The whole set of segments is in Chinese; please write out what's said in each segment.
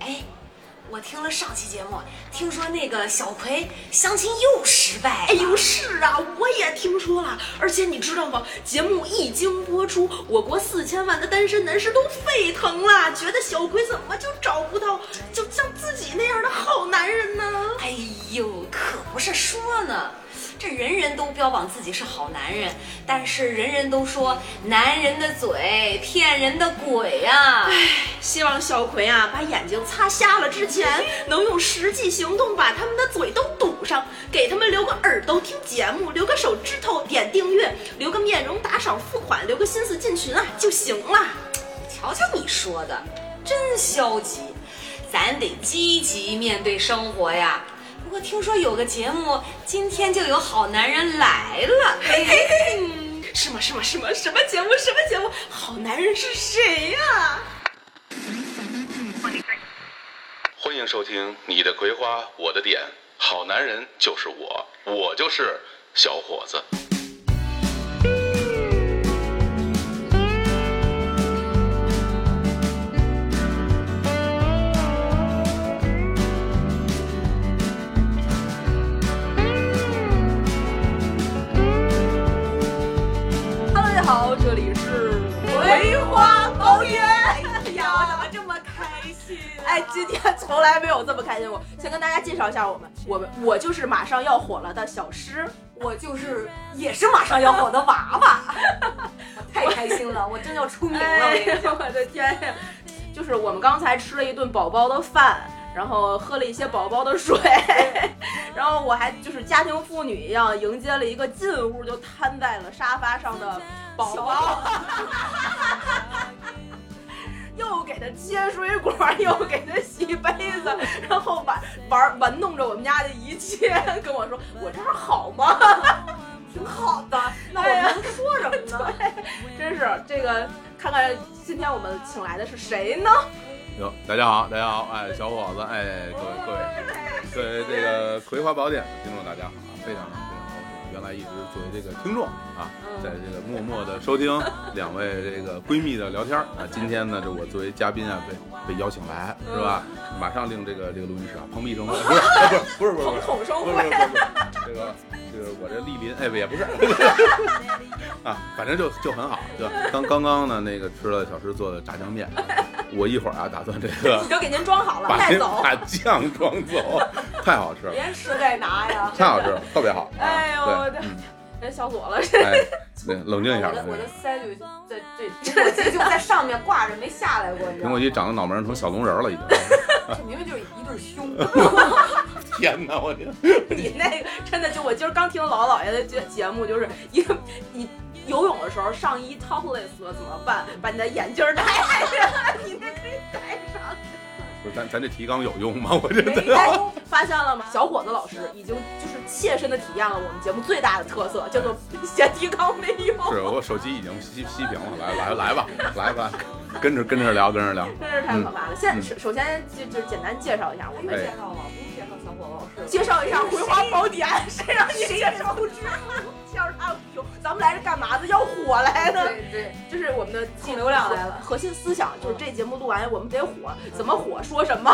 哎，我听了上期节目，听说那个小葵相亲又失败了。哎呦，是啊，我也听说了。而且你知道吗？节目一经播出，我国四千万的单身男士都沸腾了，觉得小葵怎么就找不到就像自己那样的好男人呢？哎呦，可不是说呢，这人人都标榜自己是好男人，但是人人都说男人的嘴骗人的鬼啊呀、唉，希望小葵啊，把眼睛擦瞎了之前，能用实际行动把他们的嘴都堵上，给他们留个耳朵听节目，留个手指头点订阅，留个面容打赏付款，留个心思进群啊就行了。瞧瞧你说的，真消极，咱得积极面对生活呀。不过听说有个节目，今天就有好男人来了。嘿嘿嘿是吗？是吗？是吗？什么节目？什么节目？好男人是谁呀、欢迎收听《你的葵花我的点》，好男人就是我，我就是小伙子。 ？Hello，大家好，这里是葵花宝典。哎呀，我怎么这么开心、啊哎，今天从来没有这么开心过。先跟大家介绍一下我们，我们我就是马上要火了的小诗，我就是也是马上要火的娃娃，太开心了，我真要出名了！我 哎跟你呀，我的天呀！就是我们刚才吃了一顿宝宝的饭，然后喝了一些宝宝的水， 然后我还就是家庭妇女一样迎接了一个进屋就瘫在了沙发上的宝 宝，又给他切水果，又给他洗杯 子，然后玩玩玩弄着我们家的一切，跟我说我这样好吗？挺好的，那哎我呀能说什么呢？真是这个，看看今天我们请来的是谁呢？哟，大家好，大家好，哎，小伙子，哎，各位各位，各位这个《葵花宝典》的听众，大家好，啊，非常非常高兴，原来一直作为这个听众啊，在这个默默的收听两位这个闺蜜的聊天儿啊，今天呢，这我作为嘉宾啊，被被邀请来，是吧？马上令这个这个录音室啊蓬荜生辉，不是哎不是不是不是瞳孔收不是不是回。不是，这个这个我这莅临，哎，不 也不是，啊，反正就就很好。对，刚刚刚呢，那个吃了小师做的炸酱面，我一会儿啊打算这个你就给您装好了，把带这走，把酱装 走，太好吃了，别吃再拿呀！太好吃了，特别好。啊哎呦，我的对，嗯哎，笑死我了！哎，对，冷静一下，我的冷静我一的下。腮就在这苹果肌就在上面挂着，没下来过，你知苹道果吗？肌长到脑门上成小龙人了，已经。这明明就是一对胸。 天哪，我这你那个真的就我今儿刚听老姥爷的节节目，就是一个你游泳的时候上衣 topless 了怎么办？把你的眼镜儿戴上，你那可以戴上。不是咱咱这提纲有用吗？我这哎，发现了吗？小伙子老师已经就是切身的体验了我们节目最大的特色，叫做嫌提纲没用。 是我手机已经熄熄屏了，来来来吧，来吧，跟着跟着聊，跟着聊。真是太可怕了！现首首先就就简单介绍一下，我们嗯哎介绍吗？不用介绍小伙子老师。介绍一下《葵花宝典》，谁让你介绍不知道？介 绍他有，咱们来是干嘛的？要火来的，对对，就是我们的蹭流量来了核心思想就是这节目录完我们得火，怎么火说什么？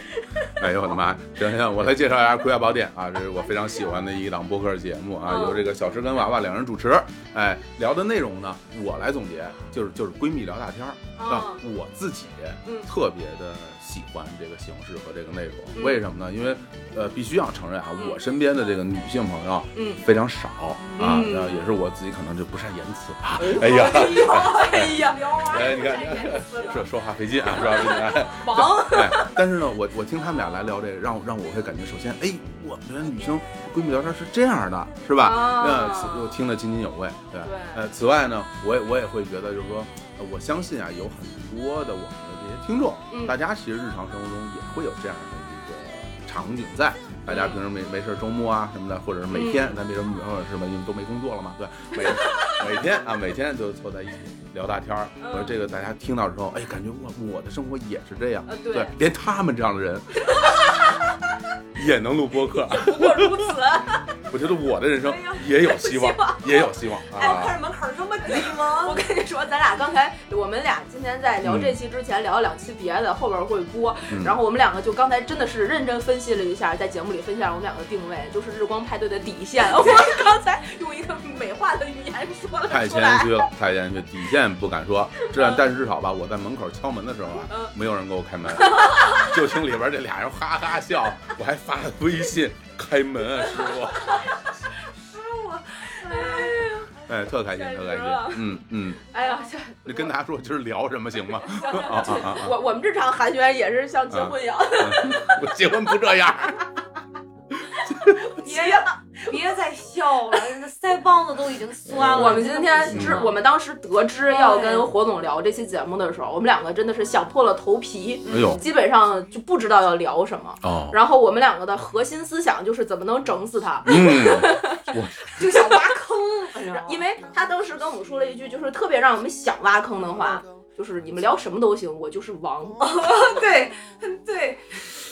哎呦我的妈！行行，我来介绍一下《葵花宝典》啊，这是我非常喜欢的一档播客节目啊，嗯由这个小石跟娃娃两人主持。哎，聊的内容呢，我来总结，就是就是闺蜜聊大天儿啊。我自己哦嗯特别的喜欢这个形式和这个内嗯容，为什么呢？因为呃，必须要承认啊，嗯我身边的这个女性朋友嗯非常少啊，嗯然后也是我自己可能就不善言辞啊。哎呀， 哎呀，哎，你看，说说话费劲啊，说话费劲啊。王哎，但是呢，我我听他们俩来聊这个，让我让我会感觉，首先，哎，我们女生闺蜜聊天是这样的，是吧？啊那此我听得津津有味，对。对呃，此外呢，我也我也会觉得，就是说，呃我相信啊，有很多的我们的这些听众，嗯大家其实日常生活中也会有这样的一个场景在。大家平时嗯没没事儿周末啊什么的，或者是每天，咱没什么或者是吧，因为都没工作了嘛， 对，每每天啊每天就凑在一起聊大天儿。嗯我说这个大家听到之后，哎，感觉我我的生活也是这样呃，对对，连他们这样 的人也能录播客，不过如此。我觉得我的人生哎呦也有希望希望，也有希望哎，我看啊！着门槛儿这么低，我跟你说，咱俩刚才我们俩今天在聊这期之前聊了两期别的，后边会播。嗯然后我们两个就刚才真的是认真分析了一下，在节目里分析了我们两个定位，就是日光派对的底线。 我刚才用一个美化的语言说了太出 谦来。虚了，太谦虚，底线不敢说，至少但是至少吧，我在门口敲门的时候嗯啊，没有人给我 开门，就听里边这俩人哈哈笑，我还发了微信开门啊，师 傅，哎，特开心，特开简心直了，嗯 嗯，哎呀，这你跟大家说今儿聊什么行 吗？ 啊啊啊我我们这场寒暄也是像结婚一样，我结婚不这样， 别别哎再笑了，那腮帮子都已经啊酸了。我们今天知，嗯我们当时得知要跟火总聊这期节目的时候，我们两个真的是想破了头皮，哎呦基本上就不知道要聊什么。哦，然后我们两个的核心思想就是怎么能整死他，嗯，就想挖坑，因为他当时跟我们说了一句，就是特别让我们想挖坑的话，就是你们聊什么都行，我就是王。 对对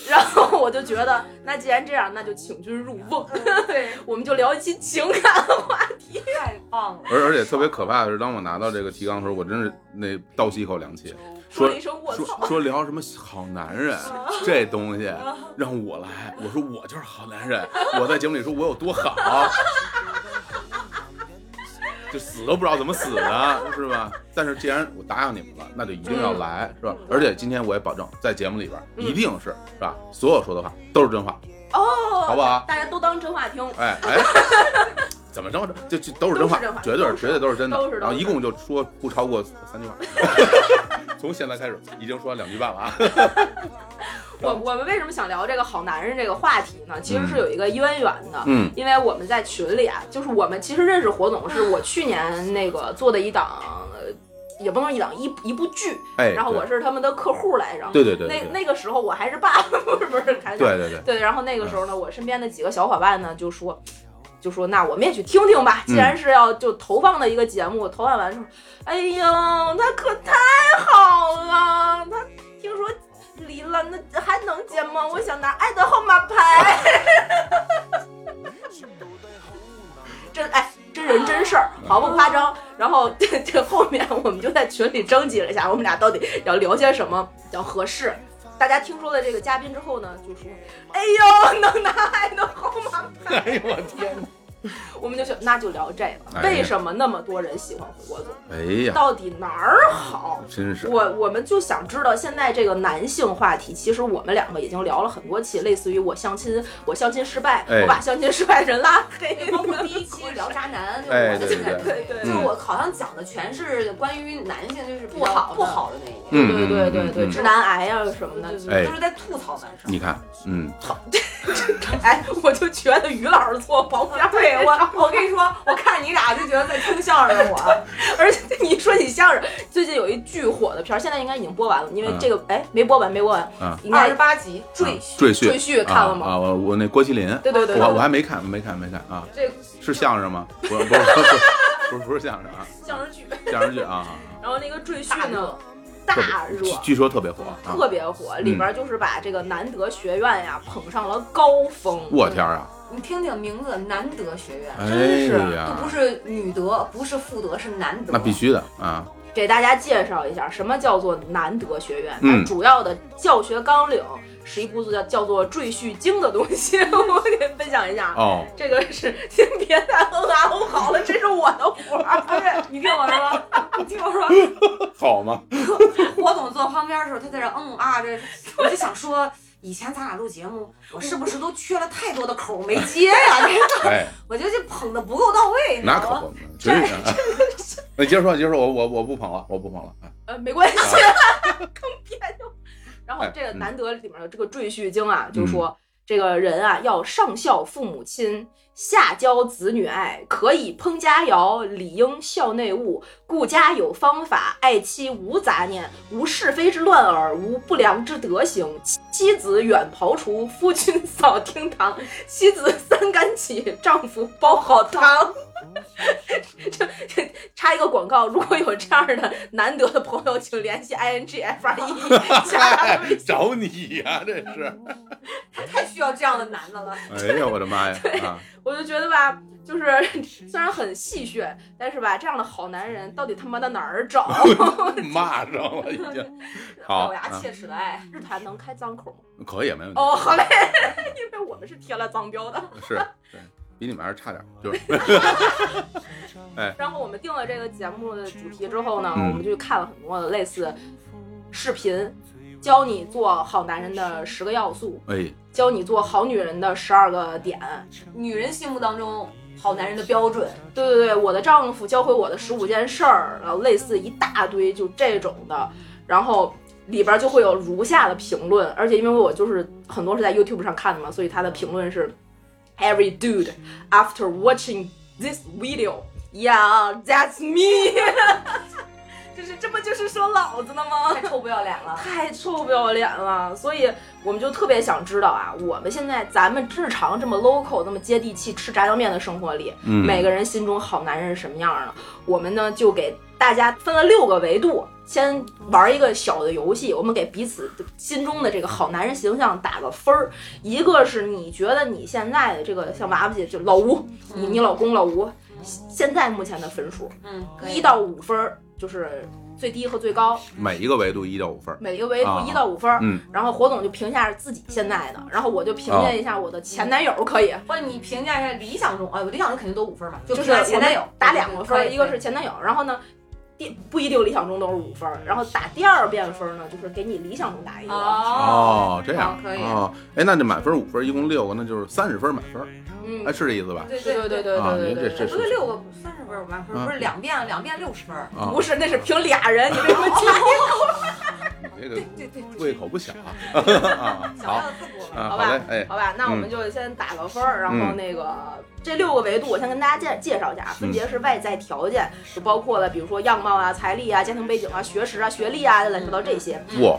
然后我就觉得，那既然这样，那就请君入瓮，对， 我们就聊一期情感话题。太棒了。而而且特别可怕的是，当我拿到这个提纲的时候，我真是那倒吸一口凉气，说说了一声我操说说啊聊什么好男 人这东西，让我来，我说我就是好男人，我在节目里说我有多好，就死都不知道怎么死的，是吧？但是既然我答应你们了，那就一定要来，是吧？而且今天我也保证，在节目里边一定是是吧，所有说的话都是真话，哦，好不好大家都当真话听。哎 哎，怎么着就就都是真话都是真话，绝对都是绝对都是真的都是都。是然后一共就说不超过三 句话，从现在开始已经说完两句半了啊。我我们为什么想聊这个好男人这个话题呢？其实是有一个渊源的。嗯因为我们在群里啊，就是我们其实认识火总是我去年那个做的一档，呃也不能一档一一部剧，哎，然后我对是他们的客户来着。对对对对那那个时候我还是爸爸， 不是不是开玩笑。对对对，对，然后那个时候呢，我身边的几个小伙伴呢就说，就说那我们也去听听吧，既然是要就投放的一个节目，投放完之后，哎呦，那可太好了，他听说离了，那还能接吗？我想拿爱的号码牌。 真哎，真人真事儿，毫不夸张。然后 这这后面我们就在群里征集了一下，我们俩到底要聊些什么比较合适。大家听说了这个嘉宾之后呢，就说：“哎呦，能拿爱的号码牌。哎呦我天哪！”我们就想，那就聊这个。哎为什么那么多人喜欢火总？哎呀，到底哪儿好？真是我我们就想知道，现在这个男性话题，其实我们两个已经聊了很多期，类似于我相亲，我相亲失败，哎我把相亲失败的人拉黑，包括第一期聊渣男，就哎我的 对这对个对对就是我好像讲的全是关于男性就是不好不好的那一面，对嗯对对对，嗯嗯直男癌啊什么的。哎都是在吐槽男生。你看，嗯，哎，我就觉得于老师做保险，啊对我，我跟你说，我看你俩就觉得在听相声， 我而且你说你相声，最近有一巨火的片儿，现在应该已经播完了，因为这个哎没播完，没播完，嗯应二该十八集赘赘婿，赘婿赘婿看了啊啊，吗？我我那郭麒麟，对对对，我我对还没看，没看没看啊，这个是相声吗？不是不是不是不是不是相声啊， 相声剧，相声剧啊，然后那个赘大婿呢热，大特热别。据据说特别火，啊特别火，里边就是把这个南德学院呀捧上了高峰。我天啊，你听听名字，南德学院，哎真是呀都不是女德，不是妇德，是男德。那必须的啊，给大家介绍一下，什么叫做南德学院？嗯它主要的教学纲领是一部叫叫做《赘婿经》的东西， 我给分享一下。啊。哦，这个是先别再哼啊哼好了，这是我的活儿。你听我说，你听我说，好吗？火总坐旁边的时候，他在这嗯啊这，我就想说，以前咱俩录节目，我是不是都缺了太多的口没接呀、哎，我觉得这捧的不够到 位，你知那道可吗？不，真是。啊 那接着说，接着说，我我我不捧了，我不捧了。哎呃，没关系，更别就。然后这个难得里面的这个《赘婿经》啊，就说、这个人啊要上孝父母亲，下交子女爱，可以烹佳肴，理应孝内务，顾家有方法，爱妻无杂念，无是非之乱耳，无不良之德行。妻妻子远庖厨，夫君扫厅堂，妻子三竿起，丈夫煲好汤。 这这插一个广告，如果有这样的难得的朋友，请联哎系 i n g f r e 加他的微信。找你呀，这是太需要这样的男的了。哎呀，我的妈呀！啊，我就觉得吧，就是虽然很戏谑，但是吧，这样的好男人到底他妈的哪儿找？骂上了已经。好咬，牙啊切齿的爱，日坛能开脏口吗？可以，没问题。哦，好嘞， 因为我们是贴了脏标的。是，对，比你们还是差点儿，就是然后我们定了这个节目的主题之后呢，嗯我们就看了很多的类似视频，教你做好男人的十个要素，哎，教你做好女人的十二个点。女人心目当中好男人的标准，对对对，我的丈夫教会我的十五件事儿，然后类似一大堆就这种的，然后里边就会有如下的评论，而且因为我就是很多是在 YouTube 上看的嘛，所以他的评论是 Every dude after watching this video, yeah, that's me，就是这不就是说老子呢吗？太臭不要脸了。太臭不要脸了，所以我们就特别想知道啊，我们现在咱们日常这么 local、这么接地气吃炸酱面的生活里，嗯每个人心中好男人是什么样的？我们呢就给大家分了六个维度，先玩一个小的游戏，我们给彼此心中的这个好男人形象打个分儿。一个是你觉得你现在的这个像娃娃姐就老吴，你你老公老吴，现在目前的分数嗯，可以一到五分儿就是最低和最高，每一个维度一到五分儿。每个维度啊一到五分儿。嗯，然后火总就评价自己现在的，然后我就评啊价一下我的前男友，可以，或者你评价一下理想中，啊，我理想中肯定都五分嘛，就就评是价前男我友们打两个分儿，对对对一个是前男友，然后呢，第不一定理想中都是啊五分儿，然后打第二遍分儿呢，就是给你理想中打一个。哦，哦，这样哦可以哦，哎，那这满分五分，一共六个，那就是三十分满分儿，嗯哎，，是这意思吧？对对对对对。对啊对您对这对这不对，六个三十分吧，不是啊不是两遍啊，两遍六十分儿。啊不，是，那是评俩人，你为 什么记哦你 这个对对，胃口不小 啊！啊想要好的太多了。啊，好好吧嘞，哎，好吧，那我们就先打个分儿，然后嗯那个、这六个维度，我先跟大家介介绍一下，啊分别是外在条件，就包括了比如说样貌啊、财力啊、家庭背景啊、学识啊、学历啊，乱七八糟这些，我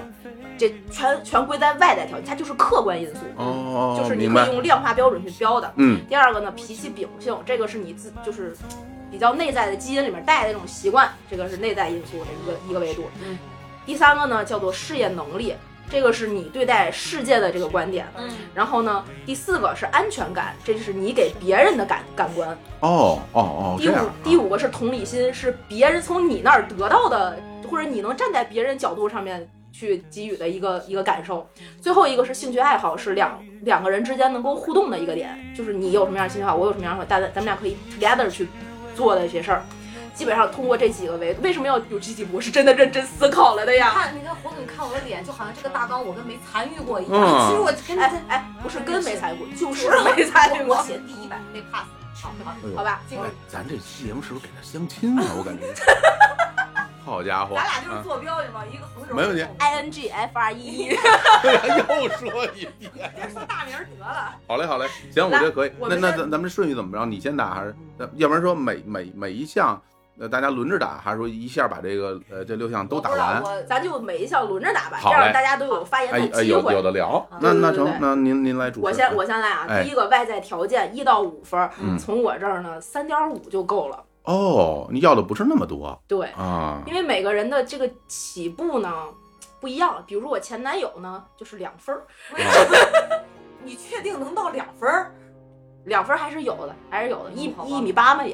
这全全归在外在条件，它就是客观因素，哦，就是你明可以白，用量化标准去标的。嗯第二个呢，脾气秉性，这个是你自就是比较内在的基因里面带的那种习惯，这个是内在因素的一个一个维度。嗯第三个呢，叫做事业能力，这个是你对待世界的这个观点。嗯，然后呢，第四个是安全感，这就是你给别人的感感官。哦哦哦，第这五样啊第五个是同理心，是别人从你那儿得到的，或者你能站在别人角度上面去给予的一个一个感受。最后一个是兴趣爱好，是两两个人之间能够互动的一个点，就是你有什么样的兴趣爱好，我有什么样的，大家咱们俩可以 together 去做的一些事儿。基本上通过这几个维，为什么要有这几步？我是真的认真思考了的 呀。看，你看火总，你看我的脸，就好像这个大纲我跟没参与过一嗯样。其实我跟哎哎，不是跟没参与过，就是没参与过我，写第一版被 pass 了。好好，哎呦好吧？这个哎咱这期节目是不是给他相亲啊？我 感觉，好家伙，咱俩就是啊坐标去嘛，一个横轴。哎没问题 i n g f r e e。对呀， 又说一遍。别说 大名儿得了。好嘞，好嘞，行，我来觉得可以。我那们那先咱咱们顺序怎么着？你先打还是？那要不然说每每每一项，呃，大家轮着打，还是说一下把这个呃这六项都打完？我咱就每一项轮着打吧，这好嘞样大家都有发言哎的哎，机有会有。的聊啊。那对那对成对，那您您来主持。我先我先来啊，哎第一个外在条件一到五分儿，嗯从我这儿呢三点五就够了。哦，你要的不是那么多对，啊因为每个人的这个起步呢不一样，比如说我前男友呢就是两分儿，嗯 你确定能到两分儿？两分儿还是有的，还是有的，一嗯好吧一米八嘛也，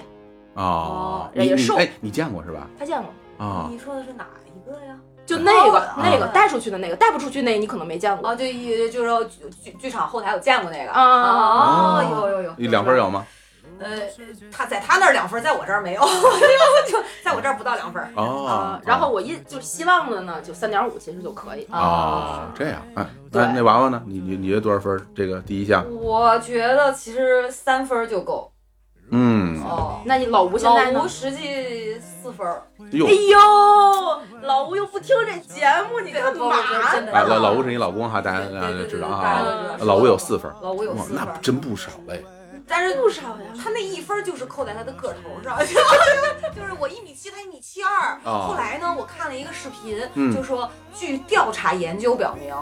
哦哦，你也你瘦哎，你见过是吧？他见过。啊，你说的是哪一个呀？就那个、哦那个啊带出去的那个，带不出去那个你可能没见过。哦，就一就是说剧剧剧场后台有见过那个啊哦，哦有有有，你两分有吗？呃，他在他那儿两分，在我这儿没有， 就就在我这儿不到两分。哦嗯啊，，然后我一就希望的呢，就三点五其实就可以。哦，这样，哎，那对那娃娃呢？你你你觉得多少分？这个第一项，我觉得其实三分儿就够。嗯，哦，那你老吴现在呢老吴？实际四分儿，哟哎，呦，老吴又不听这节目，你干不不不嘛真的啊，老老吴吴是你老公哈，大家哎对大对家对知道大啊家。都知道老吴有四分，老吴有哇，四分那儿，真不少嘞。但是不少呀他那一分儿就是扣在他的个头上， 就是我一米七，他一米七二。哦后来呢，我看了一个视频，嗯就说据调查研究表明，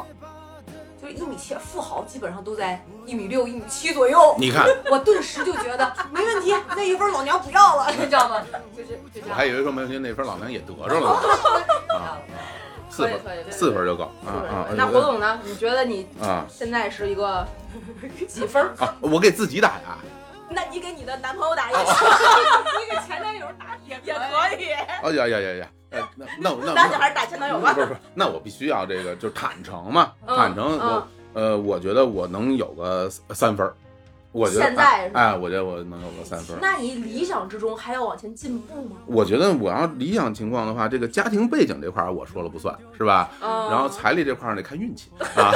就是一米七富豪基本上都在一米六、一米七左右。哦 你看，我顿时就觉得没 问题，那一分儿老娘不要 了，你知道吗？就是就这我样 还。以为说没问题，那分老娘也得着了呢。啊，四可以分可以可以四分就够啊啊啊！那火总呢？你觉得你啊现在是一 个几分儿？啊，我给自己打呀那你给你的男朋友打一个， 你给前男友打哦也也以。可 以，哎呀呀呀呀！哎，那那我那男小孩打前男友不是吧不。是，那我必须要这个，就是坦诚嘛，嗯坦诚。嗯我呃，我觉得我能有个三分儿，我觉得现在是吧哎，哎我觉得我能有个三分儿。那你理想之中还要往前进步吗？我觉得我要理想情况的话，这个家庭背景这块儿我说了不算，是吧？嗯然后财力这块儿得看 运气啊。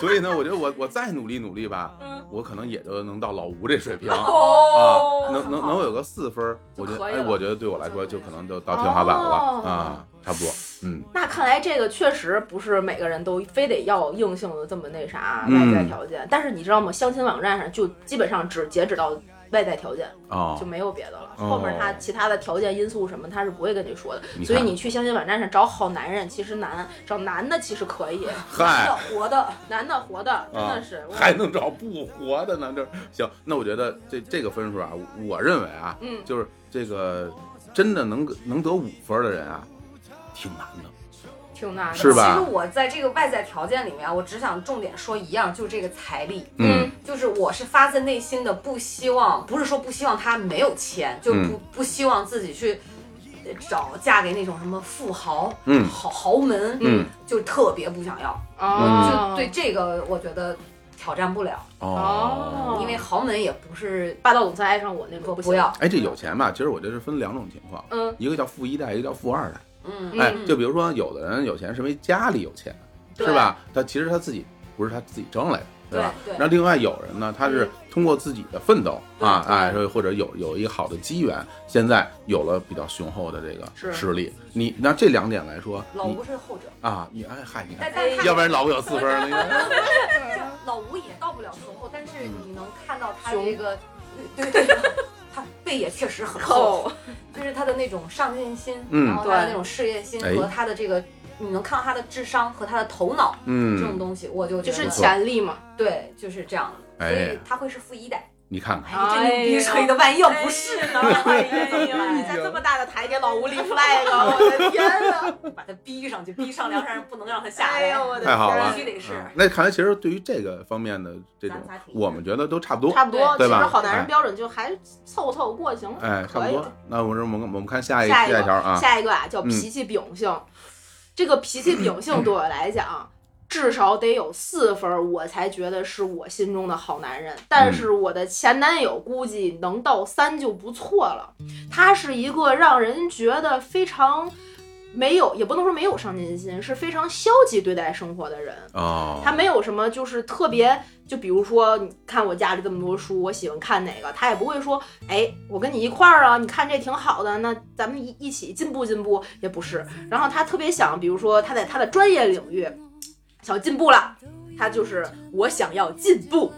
所以呢，我觉得我我再努力努力吧，嗯我可能也就能到老吴这水平。哦啊，能能能有个四分儿，我觉得可以哎，了我觉得对我来说就可能就到天花板了哦啊，差不多，嗯，那看来这个确实不是每个人都非得要硬性的这么那啥嗯外在条件，但是你知道吗？相亲网站上就基本上只截止到外在条件，哦就，没有别的了。哦后面他其他的条件因素什么，他是不会跟你说的。你看所以你去相亲网站上找好男人其实难，找男的其实可以，嗨，活的，男的活的真的是。我啊 还能找不活的呢？这行，那我觉得这这个分数啊，我认为啊，嗯就是这个真的能能得五分的人啊，挺难的，挺难的，是吧其实我在这个外在条件里面啊，我只想重点说一样，就是这个财力。嗯就是我是发自内心的不希望，不是说不希望他没有钱，就不、嗯不希望自己去呃找嫁给那种什么富豪，嗯豪豪门，嗯，就特别不想要，哦就，对这个我觉得挑战不了，哦嗯因为豪门也不是霸道总裁爱上我那种不不不要行，，哎，这有钱吧？其实我这是分两种情况，嗯一个叫富一代，一个叫富二代。嗯，哎，就比如说有的人有钱是因为家里有钱，对是吧？他其实他自己不是他自己挣来的，对吧？对那另外有人呢，他嗯是通过自己的奋斗对啊，对哎，所以或者有有一个好的机缘，现在有了比较雄厚的这个是实力。你那这两点来说，老你吴是后者，啊，你哎嗨，你看但，但他要不然老吴有四分 儿，那个老吴也到不了雄厚，但是嗯你能看到他雄这 个，对对对，他背也确实很厚，扣就是他的那种上进心，嗯然后他的对那种事业心哎和他的这个，你能看到他的智商和他的头脑这种嗯，东西，我就就觉是得钱潜力嘛。对，就是这样的，所哎以，他会是富一代。你看看，哎，这牛逼吹的，万一要不是呢？哎呀 呀，你在这么大的台给老吴立 flag，我的天哪！把他逼上去，逼上梁山，不能让他下哎来。呦，我的太好天了必须得是嗯那看来其实对于这个方面的这种咱仨，挺我们觉得都差不多，差不多，其对实吧好男哎人标准就还凑凑过行了，哎，差可不以多了。。那我们我们我们看下一下一下个一条啊，下一个啊叫嗯脾气秉性，这个脾气秉性对我来讲。至少得有四分儿，我才觉得是我心中的好男人。但是我的前男友估计能到三就不错了。他是一个让人觉得非常没有，也不能说没有上进心，是非常消极对待生活的人。哦，他没有什么就是特别，就比如说，你看我家里这么多书，我喜欢看哪个，他也不会说，哎，我跟你一块儿啊，你看这挺好的，那咱们一一起进步进步，也不是。然后他特别想，比如说他在他的专业领域想进步了，他就是我想要进步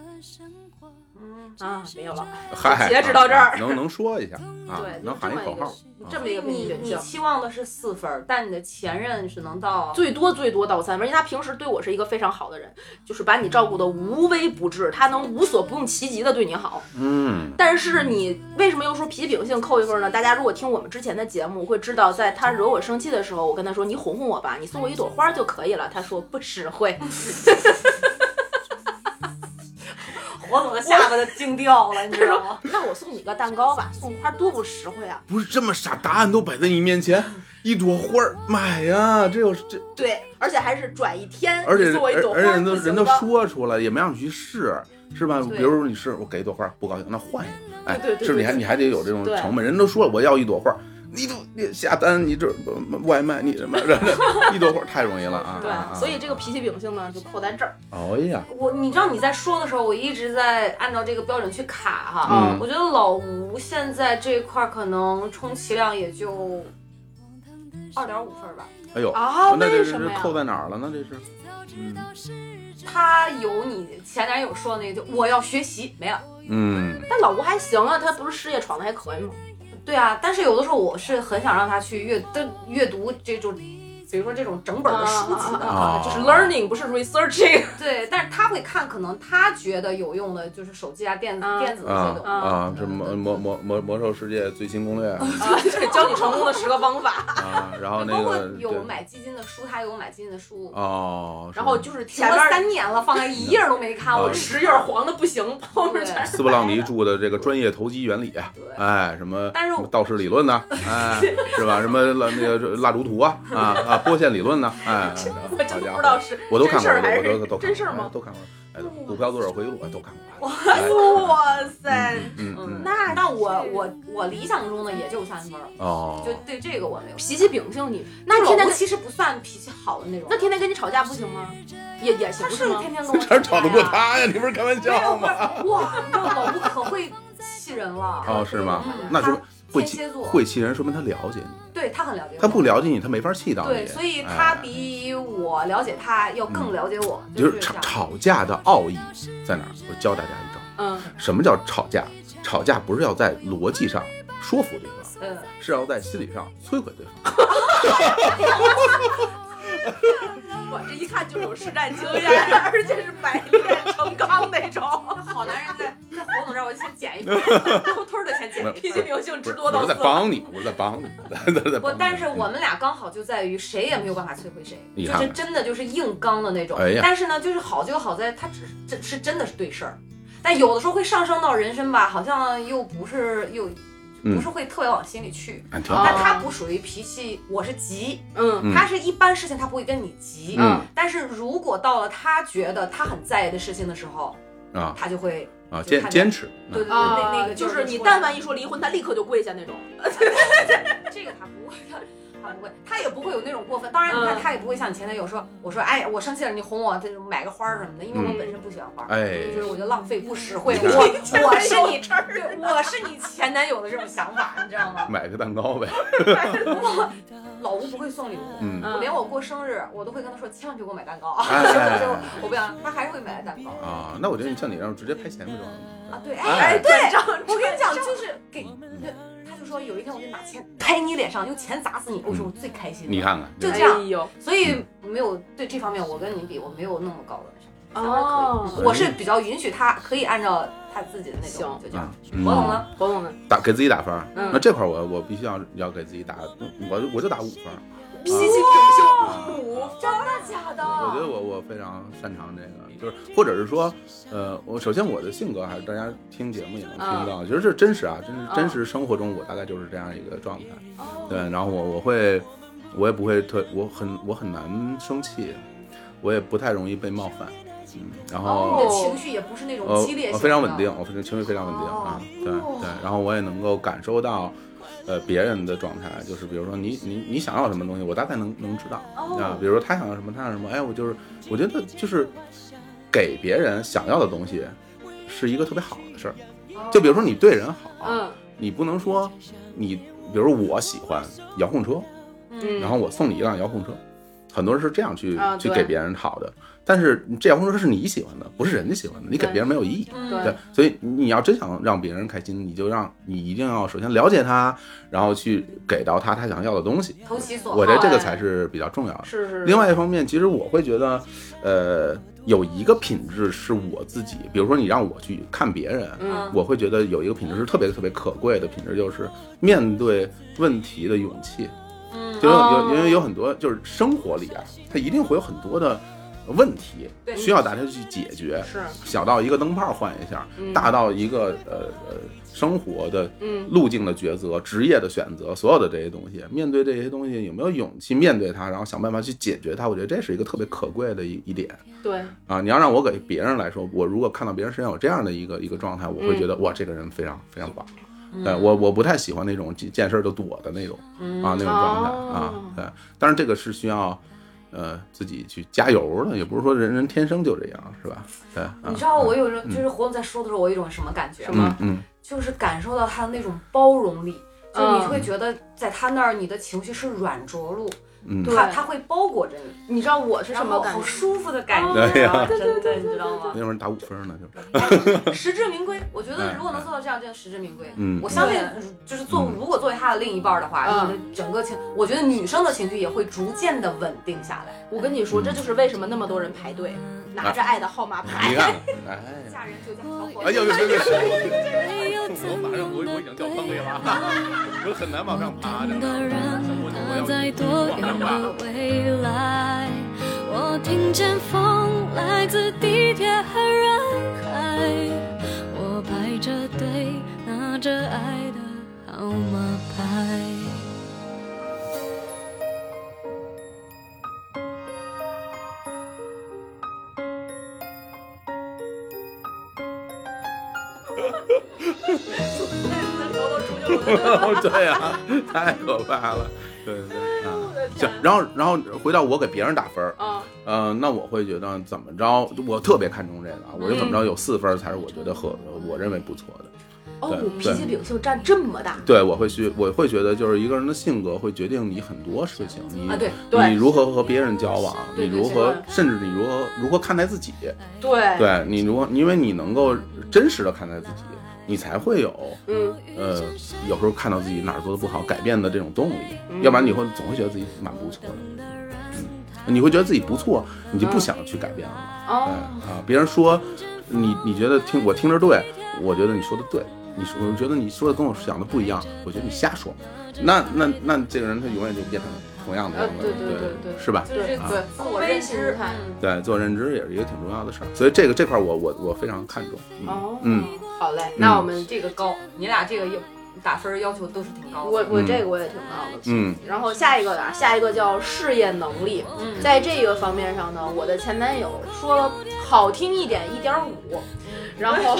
嗯，啊，没有了，嗨，截止到这儿能能说一下啊 对，，能就喊这一么口一个号。这么一你个命你运你期望的是四分儿，但你的前任只能到最多最多到三分，因为他平时对我是一个非常好的人，就是把你照顾的无微不至，他能无所不用其极的对你好。嗯，但是你为什么又说脾气秉性扣一分呢？大家如果听我们之前的节目，会知道，在他惹我生气的时候，我跟他说：“你哄哄我吧，你送我一朵花就可以了。”他说：“不实惠。火总的下巴都惊掉了，你”他知道说吗？：“那我送你个蛋糕吧，送花多不实惠啊不是这么傻，答案都摆在你面前，一朵花儿，买呀，这有这，！”对，而且还是转一天，而且你送我一而朵花而且人都不行人都吗说出来，也没让你去试，是吧？比如说你试，我给一朵花儿不高兴，那换一个，哎，对对对是不是你对还你还得有这种对成本？人都说了我要一朵花儿，你都你下单，你这呃外卖你什么， 一朵花儿太容易了啊！对啊，所以这个，脾气秉性呢，就扣在这儿。啊哎呀， 我，你知道你在说的时候，我一直在按照这个标准去卡哈。嗯我觉得老吴现在这块儿可能充其量也就二点五分儿吧。哎呦，啊那这为是什么呀扣在哪儿了呢？这是，他有你前男友说的那句“我要学习”没了。嗯但老吴还行啊，他不是事业闯的还可以吗？对啊，但是有的时候我是很想让他去阅，但阅读这种比如说这种整本的书籍的，啊就是 learning 不是 researching，对，但是他会看，可能他觉得有用的就是手机啊、电子、啊电子的这啊种。嗯啊，这魔魔魔魔魔兽世界最新攻略啊，对， 教你成功的十个方法。啊，然后那包括个 有对买基金的书，他有买基金的书，哦，然后是就是停了三年了，放在一页都没看，啊我是这十页黄的不行，后面全是斯布朗尼著的这个专业投机原理，哎，什么但是什么我道氏理论呐，哎，是吧？什么蜡那个蜡烛图啊，啊啊，波线理论呐， 哎， 我好真不知家伙道是我都看真事过，儿还是我都我都都看真事儿过哎吗？都看过，哎，股票多少回忆录哎都看过。哎哇塞，嗯嗯嗯，那但我我我理想中的也就三分儿，哦就，对这个我没有。脾气秉性你，那那天天天天跟其实不算脾气好的那种，那天天跟你吵架不行吗？也也行他不是吗？天 天跟我哪儿吵得过架呀他呀？你不是开玩没有笑不吗？是哇，你知道老吴可会气人了。哦，是吗嗯？那说他会天气蝎座会气人，说明他了解你，对他很了解我，他不了解你，他没法气到你。对，所以他哎嗯比我了解他要更了解我，就是这吵样。吵架的奥义在哪儿？我教大家一招，嗯，什么叫吵架？吵架不是要在逻辑上说服对方，嗯，是要在心理上摧毁对方。我这一看就是有实战经验，而且是百炼成钢那种。 好男人在在侯总这儿，我先减 一分。偷偷的先没减有 脾气秉性不之是，多我到是死在。帮你，我是在帮你，在在在帮不你。，但是我们俩刚好就在于谁也没有办法摧毁谁，你就看是看真的就是硬刚的那种。哎呀但是呢，就是好就好在他只这是真的是对事儿，但有的时候会上升到人身吧，好像又不是又嗯不是会特别往心里去。俺嗯挺哦好。但他不属于脾气，我是急，嗯嗯他是一般事情他不会跟你急。嗯但是如果到了他觉得他很在意的事情的时候，啊他就会啊，就坚看见坚持。对对对，啊，那那个就是是你但凡一说离婚，他立刻就跪下那 种。这个他不会，他他不会，他也不会有那种过分。当然，你嗯看他也不会像你前男友说，我说哎，我生气了，你哄我，这种买个花儿什么的，因为我嗯本身不喜欢花儿，哎，就是我觉得浪费不 实惠。你看我我是你，这儿对我是你前男友的这种想法，你知道 吗？买个蛋糕呗。我老吴不会送礼物。嗯，我连我过生日，我都会跟他说，千万别给 我买蛋糕啊！哎就是我不想，他还是会买蛋糕啊，那我觉得你像你这样直接拍钱不就完了吗？啊。对，哎哎，对，张我跟你讲，就是嗯给，他就说有一天我就拿钱拍你脸上，用钱砸死你，我说我最开心了。你看看，就哎这样呦，所以没有对这方面，我跟你比，我没有那么高的那啥。哦我是比较允许他可以按照他自己的那种，行就这样啊。，嗯我懂了，侯总呢？打给自己打分儿。嗯那这块儿我我必须要要给自己打，嗯我就我就打五分儿。啊脾气秉性五。真的假的？我觉得我我非常擅长这个，就是或者是说，呃，我首先我的性格还是大家听节目也能听到，其实这真实啊，真是嗯真实生活中我大概就是这样一个状态，哦对，然后我我会，我也不会特，我很我很难生气，我也不太容易被冒犯，嗯，然哦，后你的情绪也不是那种呃激烈我型，非常稳定，。我非常情绪非常稳定哦啊，对对，然后我也能够感受到。呃，别人的状态就是，比如说你你你想要什么东西，我大概能能知道，哦啊，比如说他想要什么，他想要什么，哎，我就是我觉得就是给别人想要的东西是一个特别好的事儿。嗯就比如说你对人好，啊嗯你不能说你，比如我喜欢遥控车，嗯，然后我送你一辆遥控车，很多人是这样去、啊去对给别人好的，但是这遥控车是你喜欢的，不是人家喜欢的，你给对别人没有意义。嗯，对，所以你要真想让别人开心，你就让你一定要首先了解他，然后去给到他他想要的东西。投其所好。我觉得这个哎才是比较重要的。是是。另外一方面，其实我会觉得，呃，有一个品质是我自己，比如说你让我去看别人，嗯我会觉得有一个品质是特别特别可贵的品质，就是面对问题的勇气。嗯就有有哦因为有很多就是生活里啊，它一定会有很多的问题对需要大家去解决，是小到一个灯泡换一下，嗯大到一个呃呃生活的嗯路径的抉择、职业的选择，所有的这些东西，面对这些东西有没有勇气面对它，然后想办法去解决它，我觉得这是一个特别可贵的一一点对啊！你要让我给别人来说，我如果看到别人身上有这样的一个一个状态，我会觉得、哇，这个人非常非常棒。嗯对我，我不太喜欢那种见见事儿就躲的那种啊，那种状态、哦啊。对，当然这个是需要，呃，自己去加油的，也不是说人人天生就这样，是吧？对，啊、你知道我有时候就是活动在说的时候，我有一种什么感觉什吗？嗯么嗯就是感受到他的那种包容力，就是嗯你会觉得在他那儿你的情绪是软着陆，嗯，对它它会包裹着你，你知道我是什然么后感好觉？哦舒服的感哎觉呀啊，真的，你知道吗？那会儿打五分呢，就是实至名归，我觉哎得如果能做到这样，真的实至名归。嗯我相信对，就是做嗯如果作为他的另一半的话，嗯你的整个情，我觉得女生的情绪也会逐渐的稳定下来。我跟你说，这就是为什么那么多人排队，拿着爱的号码牌你。看，哎呀，嫁人就嫁小伙哎呦，呦呦呦呦哎我马上我我已经掉坑里了，我很难往上爬，真等的。的人我那要在多远的未来？我听见风来自地铁和人海，我排着队拿着爱的号码牌。对呀、太可怕了，对对对啊。行，然后然后回到我给别人打分儿，啊，嗯、那我会觉得怎么着，我特别看重这个啊，我就怎么着有四分儿才是我觉得合，我认为不错的。哦，对我脾气秉性占这么大，对，我会去，我会觉得就是一个人的性格会决定你很多事情，你啊，对，对你如何和别人交往，你对对如何对，甚至你如何如何看待自己，哎对，对你如何，因为你能够真实的看待自己，你才会有嗯，呃，有时候看到自己哪儿做的不好，改变的这种动力，嗯要不然你会总会觉得自己蛮不错的，嗯，你会觉得自己不错，你就不嗯想去改变了，对哦，啊，别人说你你觉得听我听着对，我觉得你说的对，你说我觉得你说的跟我想的不一样，我觉得你瞎说，那那那这个人他永远就变成同样的样子，呃对对对对是吧？就是这啊个自我认识，嗯对，做认知也是一个挺重要的事儿，所以这个这块儿我我我非常看重，嗯、哦，嗯，好嘞，那我们这个高，哦你俩这个要打分要求都是挺高的。我我这个我也挺高的，其实嗯然后下一个啊，下一个叫事业能力，嗯在这个方面上呢，我的前男友说了好听一点一点五，然后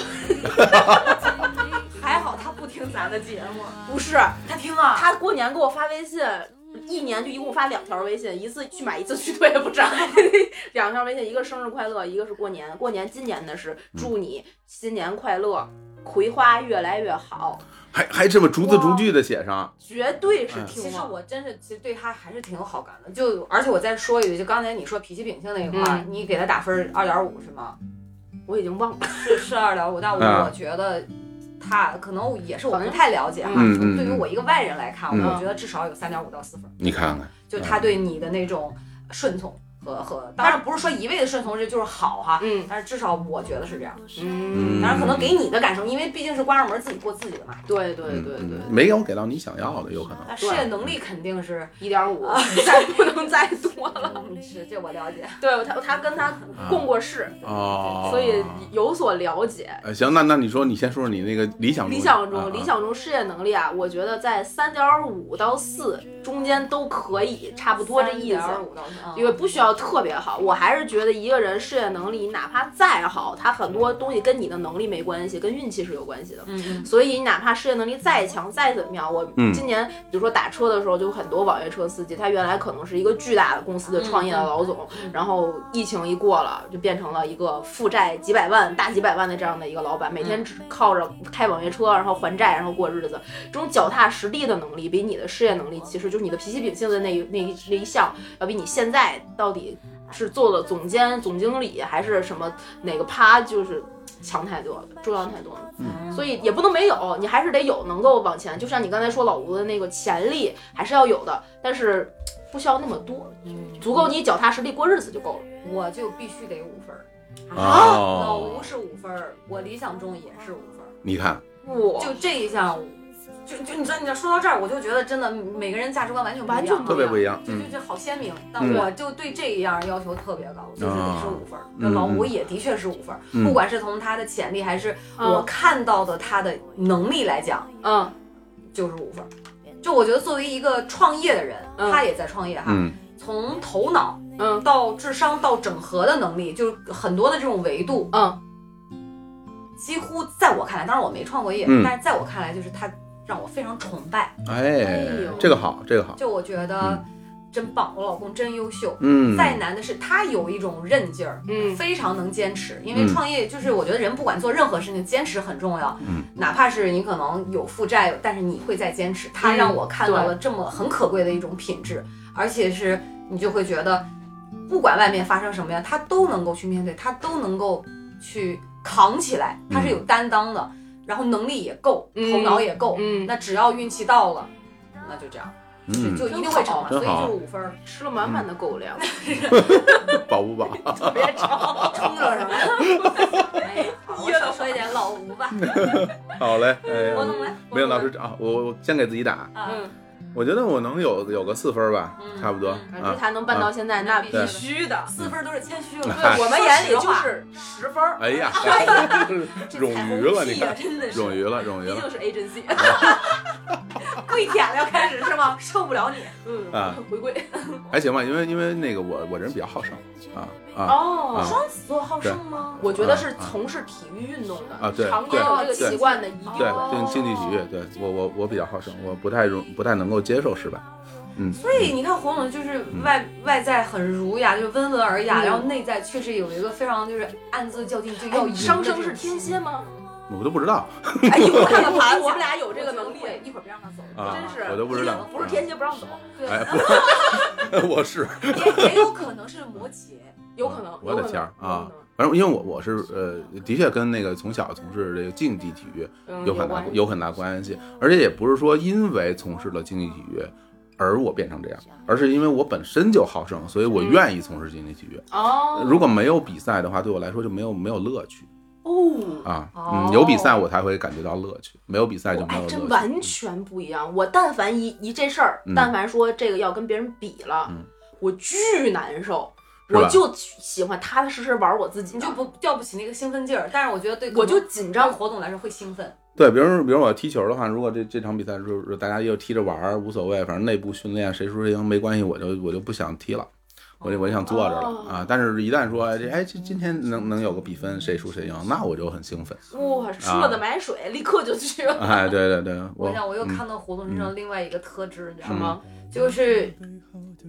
还好他不听咱的节目，不是他听啊，他过年给我发微信，一年就一共发两条微信，一次去买一次去退，不知道 两条微信，一个生日快乐，一个是过年。过年今年的是祝你新年快乐，葵花越来越好，还还这么逐字逐句的写上，绝对是哎听其实了。我真是其实对他还是挺有好感的。就而且我再说一句，就刚才你说脾气秉性那一块儿，你给他打分二点五是吗？我已经忘了，是是二点五，但嗯我觉得他可能也是我不太了解哈。嗯就嗯对于我一个外人来看，嗯我觉得至少有三点五到四分，你看看。就是他对你的那种顺从和和，当然不是说一味的顺从，这就是好哈。嗯但是至少我觉得是这样，嗯，当然可能给你的感受，因为毕竟是关上门自己过自己的嘛。对对嗯对对，哎嗯没有给到你想要的，有可能。但事业能力肯定是，一点五，再不能再多了。嗯是这我 了解。 对他，他跟他共过事，啊哦所以有所了解。呃行，那那你说，你先说说你那个理想中理想啊啊中，理想中事业能力啊，我觉得在三点五到四中间都可以，差不多这意思。五到四，因为不需要特别好，我还是觉得一个人事业能力，哪怕再好，他很多东西跟你的能力没关系，跟运气是有关系的。嗯所以你哪怕事业能力再强，再怎么样，我嗯今年比如说打车的时候，就很多网约车司机，他原来可能是一个巨大的公司的创业的老总，然后疫情一过了，就变成了一个负债几百万、大几百万的这样的一个老板，每天只靠着开网约车，然后还债，然后过日子。这种脚踏实地的能力，比你的事业能力，其实就是你的脾气秉性的那一那一那一项，要比你现在到底是做了总监、总经理还是什么哪个趴，就是强太多了，重要太多了。嗯所以也不能没有，你还是得有能够往前。就像你刚才说老吴的那个潜力还是要有的，但是不需要那么多，嗯足够你脚踏实地过日子就够了。我就必须得五分儿。啊啊老吴哦，是五分儿，我理想中也是五分儿，你嗯看，哇就这一项，就就你知道，你知道说到这儿，我就觉得真的每个人价值观完全不一样完全不特别不一样，就嗯就，就好鲜明，但嗯我就对这一样要求特别高，就是得是五分儿。那嗯老吴也的确是五分儿，嗯不管是从他的潜力还是嗯我看到的他的能力来讲，嗯，就是五分儿。就我觉得作为一个创业的人，嗯他也在创业哈，嗯，从头脑嗯到智商到整合的能力，就是很多的这种维度，嗯，几乎在我看来，当然我没创过业，嗯但是在我看来，就是他让我非常崇拜。哎呦，这个好，这个好，就我觉得嗯真棒，我老公真优秀。嗯，再难的是他有一种韧劲儿，嗯非常能坚持。因为创业就是我觉得人不管做任何事情，坚持很重要。嗯，哪怕是你可能有负债，但是你会再坚持。他让我看到了这么很可贵的一种品质，而且是你就会觉得，不管外面发生什么样，他都能够去面对，他都能够去扛起来，他是有担当的，嗯然后能力也够，嗯头脑也够，嗯那只要运气到了，那就这样，嗯，就一定会成嘛，真所以好就是五分儿，吃了满满的狗粮，嗯 保不保？别吵，撑着什么？哎呀，好我少说一点老吴吧，好嘞，哎呀我能来，我没有能老师啊，我我先给自己打，来啊，我觉得我能有有个四分吧，嗯差不多嗯反正啊。他能办到现在，那必必须的须的。四分儿都是谦虚了，嗨我们眼里就是十分儿，哎呀， 冗余了，你 看，真 的是冗余了，冗余毕竟了是 agency，跪舔了要开始是吗？受不了你，嗯，啊，回归还行吧，因为因为那个我我人比较好胜啊啊哦啊子座好胜吗？我觉得是从事体育运动的啊对常年有这个对习惯的，一定对，竞竞技体育，对我我我比较好胜，我不太容不太能够接受失败，嗯，所以你看，黄总就是外外在很儒雅，就是温文尔雅，嗯然后内在确实有一个非常就是暗自较劲，就要哎赢的这哎上种升 是天蝎吗？我都不知道哎，一会儿看看我觉盘，得我们俩有这个我觉得能力，会一会儿别让他走，啊真是，我都不知道嗯不是天蝎不让走，哎，不， 我是也也有可能是摩羯，有可能，啊我的天儿有可能啊，！反正因为我我是呃，的确跟那个从小从事这个竞技体育嗯有很大关系有很大关系，而且也不是说因为从事了竞技体育而我变成这样，啊而是因为我本身就好胜，所以我愿意从事竞技体育。哦，如果没有比赛的话，对我来说就没有没有乐趣哦，啊。哦嗯，有比赛我才会感觉到乐趣，没有比赛就没有哎，乐趣。真完全不一样。我但凡一一这事儿嗯，但凡说这个要跟别人比了嗯，我巨难受，是吧我就喜欢踏踏实实玩我自己你 的，就不吊不起那个兴奋劲儿。但是我觉得对，我就紧张对活动来说会兴奋，对，比如说比如我踢球的话，如果这这场比赛就是大家又踢着玩儿，无所谓，反正内部训练谁输谁赢没关系，我就我就不想踢了。我就我就想坐着了、哦啊！但是，一旦说哎这哎这今天能能有个比分，谁输谁赢，那我就很兴奋。哇，吃了的买水，立刻就去了，哎，对对对，我我想我又嗯看到活动身上另外一个特质，你知道什吗？么？就是，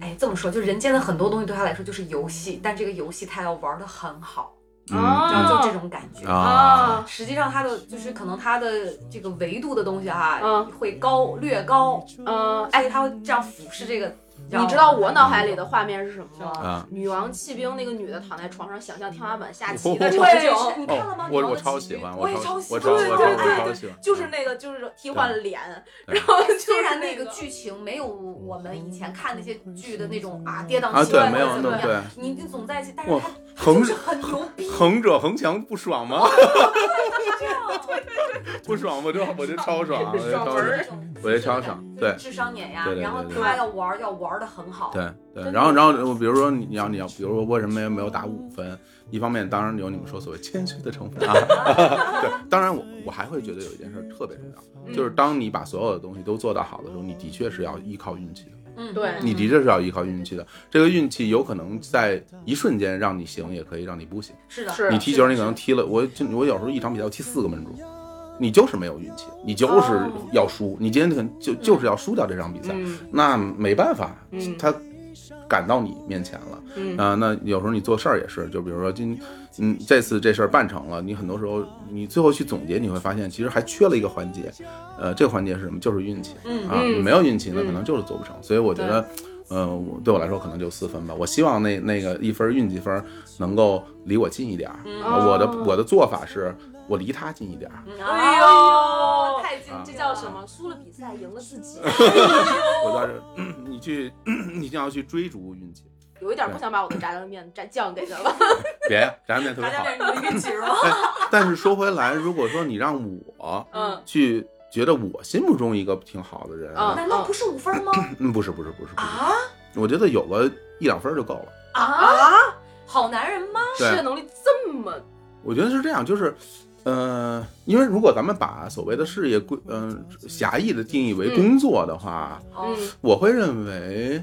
哎，这么说，就人间的很多东西对他来说就是游戏，但这个游戏他要玩的很好，嗯啊然后就这种感觉。啊，实际上，他的就是可能他的这个维度的东西哈、嗯会高略高，嗯，哎，哎，他会这样俯视这个，你知道我脑海里的画面是什么吗？啊女王弃兵那个女的躺在床上，想象天花板下棋棋的的场场景，你看了吗哦，？我你我知道超吗喜欢，我也超超我喜欢超我超对我对超对喜欢，就是那个就是替换了脸，对然后就是虽然那那个剧情没有我们以前看那些剧的那种啊跌宕啊，起伏对，没或有那者怎么么样，对，你你总在一起，但是哇他他横就是很牛 逼，横者恒强不爽吗？ 不爽，我就我就超爽，啊我就超爽文爽儿，我就超爽，对智商碾压对，对对然后对他要玩儿要玩的很好，对对。然后然后我比如说你你要你要，比如说为什么没有打五分？一方面当然有你们说所谓谦虚的成分啊， 对，当然我我还会觉得有一件事儿特别重要，就是当你把所有的东西都做到好的时候，你的确是要依靠运气的。嗯，对你的确是要依靠运气的。这个运气有可能在一瞬间让你行，也可以让你不行。是的，是你踢球，你可能踢了，我就我有时候一场比赛我踢四个门柱，你就是没有运气，你就是要输，你今天可能就就是要输掉这场比赛，哦嗯那没办法，嗯他赶到你面前了。嗯啊、那有时候你做事儿也是，就比如说今，嗯，这次这事儿办成了，你很多时候你最后去总结，你会发现其实还缺了一个环节，呃，这个环节是什么？就是运气。嗯啊，嗯你没有运气呢，嗯可能就是做不成。所以我觉得，呃，我对我来说可能就四分吧。我希望那那个一分运气分能够离我近一点儿。嗯啊我的哦我的做法是，我离他近一点儿。哎哎呦，太啊这叫什么？输了比赛，赢了自 己，我倒是， 你去，你一定要去追逐运气。有一点不想把我的炸酱面蘸酱给它 了。别呀，炸酱面特别大家好。变成一个景儿了。 但是说回来，如果说你让我嗯，去觉得我心目中一个挺好的人，嗯难道不是五分吗？嗯，不是不是不是不是，哦啊我觉得有个一两分儿就够了。啊！好男人吗？对适应能力这么我觉得是这样，就是，呃，因为如果咱们把所谓的事业归，嗯、狭义的定义嗯为工作的话，哦嗯我会认为，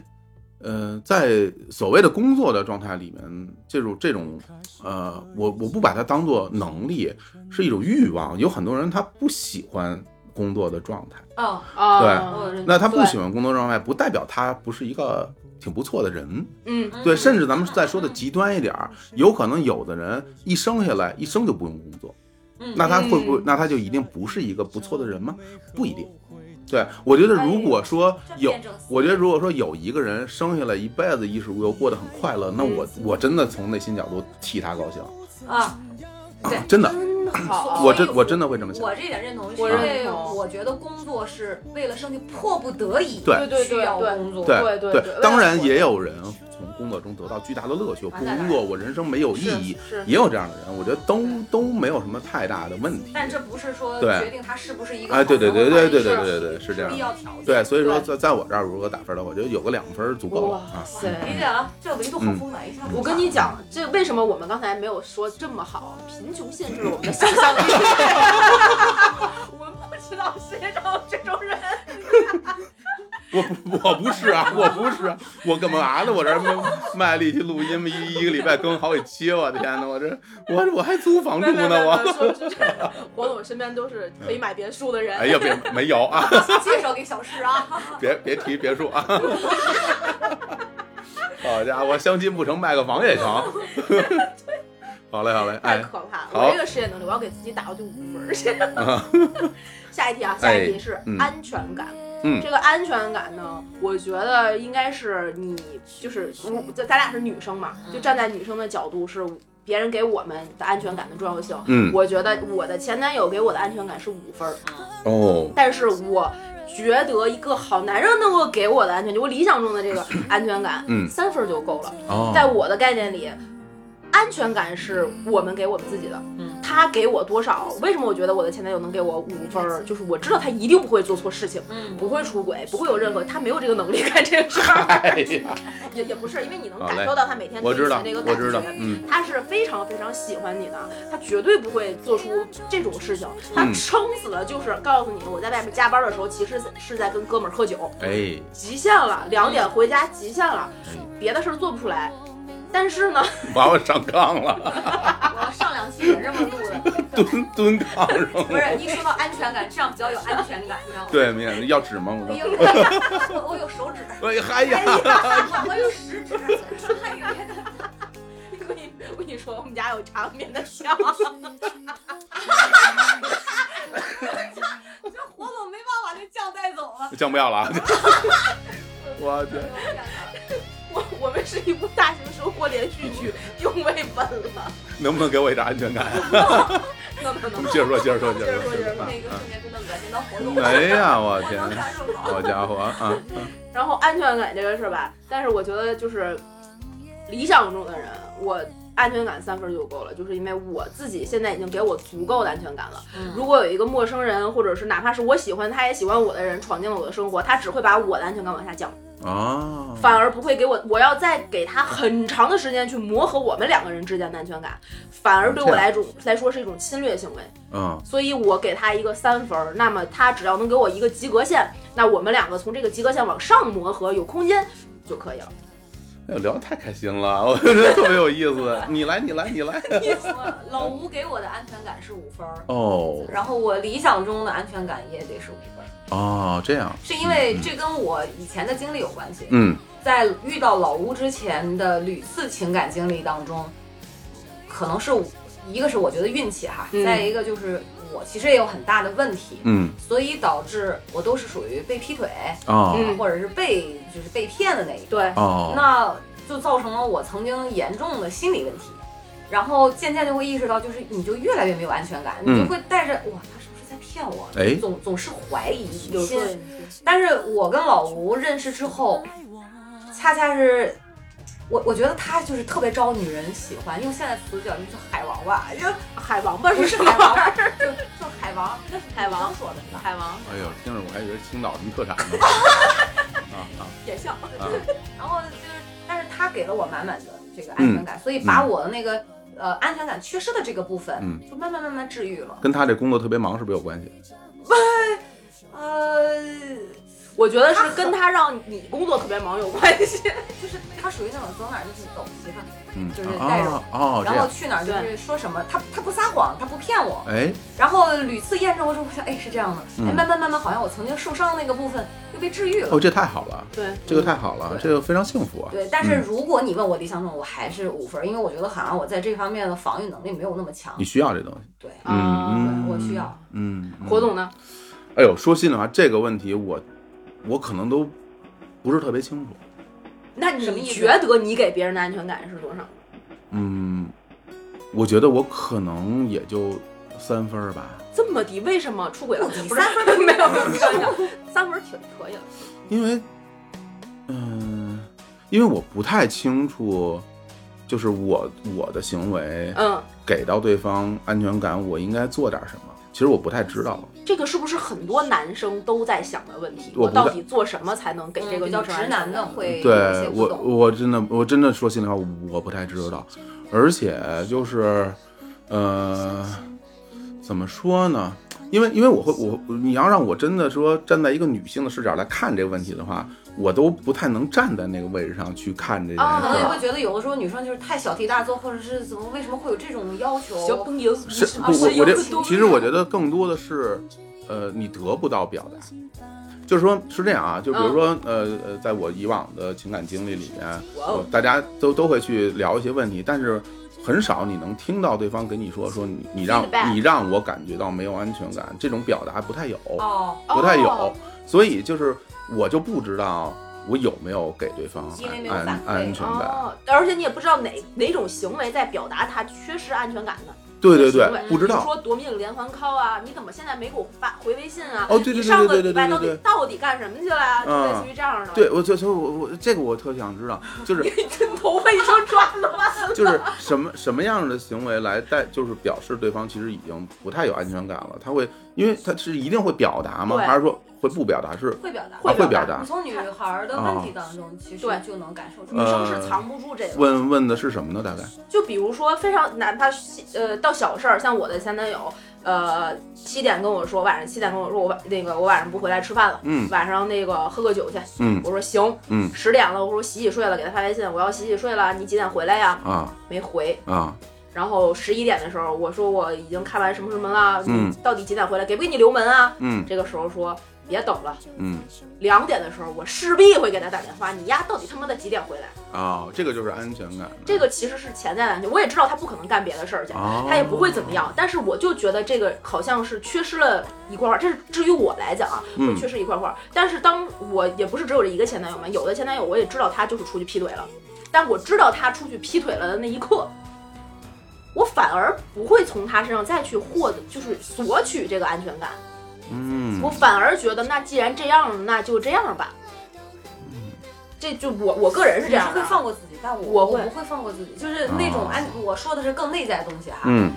呃，在所谓的工作的状态里面，这种这种，呃，我我不把它当做能力，是一种欲望。有很多人他不喜欢工作的状态，哦，啊，那他不对喜欢工作状态，不代表他不是一个挺不错的人。嗯对，甚至咱们再说的极端一点儿，有可能有的人一生下来一生就不用工作，嗯那他会不会？那他就一定不是一个不错的人吗？不一定。对，我觉得如果说有辩证思，我觉得如果说有一个人生下来一辈子衣食无忧，过得很快乐，那我我真的从内心角度替他高兴，啊，对，真的，好，我真我真的会这么想我。这点认同，是因我认为同我觉得工作是为了生计，迫不得已对对对需要对工作，对对对对当然也有人从工作中得到巨大的乐趣，不工作我人生没有意义，是也有这样的人，我觉得都都没有什么太大的问题。但这不是说对决定他是不是一个哎，对对对对对对好的对对，是这样必的。要条件。对，所以说在在我这儿如果打分的话，我觉得有个两分足够了啊。塞！理解了，这维嗯度好丰满，一下。我跟你讲，这为什么我们刚才没有说这么好？贫穷限制了我们的想象 力，我们不知道寻找这种人。我不我不是啊，我不是啊，我干嘛呢？我这儿卖力气录音，一一个礼拜更好几期，我天哪！我这我我还租房住没没呢，没没，我。说是 黄总身边都是可以买别墅的人。 哎呀，别没有啊，介绍给小诗啊，别别提别墅啊。好家伙，相亲不成，卖个房也成。好嘞，好嘞，太哎，可怕了！好我这个实验能力，我要给自己打到第五分 儿。 下一题啊，下一题是嗯安全感。嗯这个安全感呢，我觉得应该是你就是我，咱咱俩是女生嘛，嗯就站在女生的角度是。别人给我们的安全感的重要性，嗯我觉得我的前男友给我的安全感是五分儿，哦，但是我觉得一个好男人能够给我的安全，就我理想中的 这个安全感，嗯三分儿就够了。哦，在我的概念里，安全感是我们给我们自己的。嗯，他给我多少？为什么我觉得我的前男友能给我五分儿？就是我知道他一定不会做错事情，嗯不会出轨，不会有任何，他没有这个能力干这个 事儿。哎呀，也也不是，因为你能好感嘞受到他每天我对知你道的那个，我感知道觉，。嗯，他是非常非常喜欢你的，他绝对不会做出这种事情。他嗯撑死了就是告诉你，我在外面加班的时候，其实是在跟哥们儿喝酒，哎，极限了，两点回家极限了哎，别的事儿做不出来。但是呢，把我上杠了，我要上两期也这么录的。蹲蹲杠上不是，了。一说到安全感，这样比较有安全感，你知道吗？对，面要纸吗？我哎说 呦，我我有手指，哎嗨呀，我有食指，我跟你 我跟你说，我们家有长眠的香。这火总没办法，这酱带走 了。酱不要了啊！我天， 我我们是一部大型生活连续剧，定位稳了。能不能给我一点安全感？ 能不能？接着说，接着说，接接着着说说，接着说那个瞬间真的恶心到火总，哎呀，我我能天，感受到。好家伙啊！ 然后安全感这个事儿吧，但是我觉得就是理想中的人，我安全感三分就够了，就是因为我自己现在已经给我足够的安全感了。如果有一个陌生人，或者是哪怕是我喜欢他也喜欢我的人闯进了我的生活，他只会把我的安全感往下降，啊，反而不会给我，我要再给他很长的时间去磨合我们两个人之间的安全感，反而对我来种来说是一种侵略行为。嗯，所以我给他一个三分儿，那么他只要能给我一个及格线，那我们两个从这个及格线往上磨合，有空间就可以了。哎呦，聊得太开心了， 我觉得特别有意 思。你来，你来，你来。老吴给我的安全感是五分儿，哦，然后我理想中的安全感也得是五分儿，哦，这样，是因为这跟我以前的经历有关系。嗯，在遇到老吴之前的屡次情感经历当中，可能是一个是我觉得运气哈，嗯再一个就是我其实也有很大的问题，嗯，所以导致我都是属于被劈腿，哦，嗯或者是被就是被骗的那一种，对，哦，那就造成了我曾经严重的心理问题。然后渐渐就会意识到，就是你就越来越没有安全感，嗯你就会带着哇，他是不是在骗我？哎总总是怀疑有疑时心候。也但是我跟老吴认识之后，恰恰是我我觉得他就是特别招女人喜欢，用现在词讲就是海王吧，就海王八不是是什么海王玩意儿？，就就海王，那是海王刚说的。海王哎呦，听着我还以为是青岛什么特产 呢。啊啊也像，啊！然后就是，但是他给了我满满的这个安全感，所以把我的那个呃安全感缺失的这个部分，嗯就慢慢慢慢治愈了。跟他这工作特别忙是不是有关系？呃，我觉得是跟他让你工作特别忙有关系。就是他属于那种走哪儿就是走媳妇儿，嗯，就是带着啊哦，这然后样，去哪儿就是说什么，他他不撒谎，他不骗我，哎，然后屡次验证过之后，我想，哎，是这样的，哎，嗯慢慢慢慢，好像我曾经受伤的那个部分又被治愈了。哦，这太好了， 对，这个太好了，这个非常幸福啊。对，但是如果你问我理想中，我还是五分儿，因为我觉得好像我在这方面的防御能力没有那么强你。需要这东西。对，嗯啊嗯，对我需要。嗯，嗯火总呢？哎呦，说心里话，这个问题我我可能都不是特别清楚。那什么你意思觉得你给别人的安全感是多少？嗯，我觉得我可能也就三分儿吧。这么低，为什么出轨了？不低不是没有没有没有，三分儿挺可以了。因为，嗯、因为我不太清楚，就是我我的行为嗯，给到对方安全感，我应该做点什么。其实我不太知道，这个是不是很多男生都在想的问题？我我不在到底做什么才能给这个嗯比较女生直安全感男的会有一嗯对些不我懂。我真的我真的说心里话，我不太知道，而且就是，呃，怎么说呢？因为因为我会我你要让我真的说站在一个女性的视角来看这个问题的话，我都不太能站在那个位置上去看这件事哦可能也儿。会觉得有的时候女生就是太小题大做，或者是怎么为什么会有这种要求？小朋友，是你不我我这其实我觉得得更多的是，呃，你得不到表达，就是说是这样啊，就比如说、呃呃，在我以往的情感经历里面，哇哦我呃大家都都会去聊一些问题，但是很少你能听到对方给你说说你你让 Feedback 你让我感觉到没有安全感，这种表达不太有，哦，不太有，哦所以就是我就不知道我有没有给对方因为没有安反安馈安全感。哦，而且你也不知道哪哪种行为在表达他缺失安全感呢？对对对行为，不知比道如。说夺命连环 call 啊，你怎么现在没给我发回微信啊？哦对对对你上个对对对礼拜到对底对对到底干什么去了啊？就类似于这样的。，对，我就就我我这个我特想知道，就是头发已经抓了吧？就是什么什么样的行为来代，就是表示对方其实已经不太有安全感了。他会，因为他是一定会表达吗？对还是说会不表达？是会表达，啊会表你达。哦从女孩的问题当中，其实对就能感受出嗯女来。生是藏不住这个。问问的是什么呢？大概就比如说非常哪怕是呃到小事儿，像我的前男友，呃七点跟我说晚上七点跟我说我晚那个我晚上不回来吃饭了，嗯晚上那个喝个酒去，嗯我说行，嗯十点了，我说洗洗睡了，给他发微信，我要洗洗睡了，你几点回来呀？啊没回，啊然后十一点的时候我说我已经看完什么什么了，嗯你到底几点回来？给不给你留门啊？嗯这个时候说别等了，嗯两点的时候我势必会给他打电话，你丫到底他妈的几点回来？啊，这个就是安全感。这个其实是潜在的安全，我也知道他不可能干别的事儿去，哦他也不会怎么样。但是我就觉得这个好像是缺失了一块块，这是至于我来讲啊，嗯会缺失一块块。但是当我也不是只有这一个前男友嘛，有的前男友我也知道他就是出去劈腿了，但我知道他出去劈腿了的那一刻。我反而不会从他身上再去获得，就是索取这个安全感。嗯我反而觉得，那既然这样，那就这样吧。嗯这就我我个人是这样你的会啊，放过自己，但我我我会不会放过自己，就是那哦种安，我说的是更内在的东西哈。嗯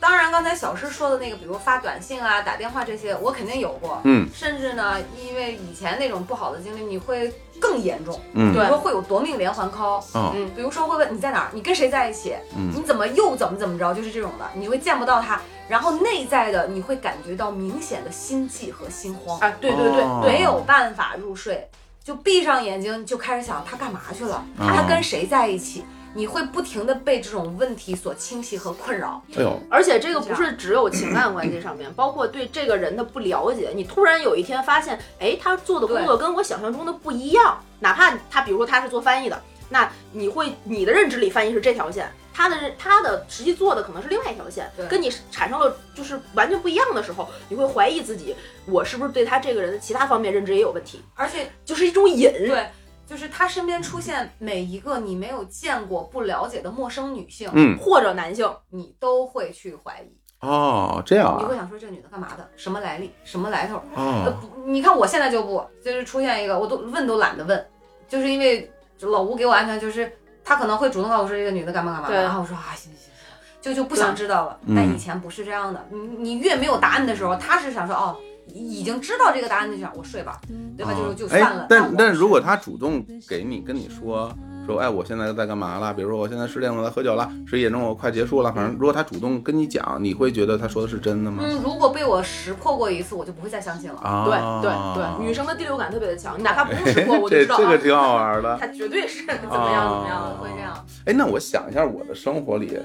当然，刚才小诗说的那个，比如发短信啊、打电话这些，我肯定有过。嗯甚至呢，因为以前那种不好的经历，你会更严重，嗯比对如说会有夺命连环 call，嗯啊比如说会问你在哪儿，你跟谁在一起，嗯你怎么又怎么怎么着，就是这种的，你会见不到他，然后内在的你会感觉到明显的心悸和心慌，啊，对对对哦对没有办法入睡，就闭上眼睛就开始想他干嘛去了，哦他跟谁在一起，你会不停的被这种问题所侵袭和困扰。哎呦而且这个不是只有情感关系上面，包括对这个人的不了解。你突然有一天发现，哎，他做的工作跟我想象中的不一样。哪怕他，比如说他是做翻译的，那你会你的认知里翻译是这条线，他的他的实际做的可能是另外一条线对，跟你产生了就是完全不一样的时候，你会怀疑自己，我是不是对他这个人的其他方面认知也有问题，而且就是一种瘾。对，就是他身边出现每一个你没有见过、不了解的陌生女性，嗯或者男性，你都会去怀疑，哦这样你会啊想说这个女的干嘛的，什么来历，什么来头。呃哦不你看我现在就不，就是出现一个我都问都懒得问，就是因为老吴给我安全，就是他可能会主动告诉我说这个女的干嘛干嘛，对然后我说啊行行行，就就不想知道了。嗯但以前不是这样的，你你越没有答案的时候，他是想说哦已已经知道这个答案就想我睡吧，对吧？就就哎算了。但我但如果他主动给你跟你说说，哎，我现在在干嘛了？比如说我现在十点我在喝酒了，十一点钟我快结束了。反正如果他主动跟你讲，你会觉得他说的是真的吗？嗯，如果被我识破过一次，我就不会再相信了。啊，对对对，女生的第六感特别的强，你哪怕不用识破，我就哦这知道这个啊，啊挺好玩的。他绝对是怎么样怎么样的，啊会这样。哎，那我想一下，我的生活里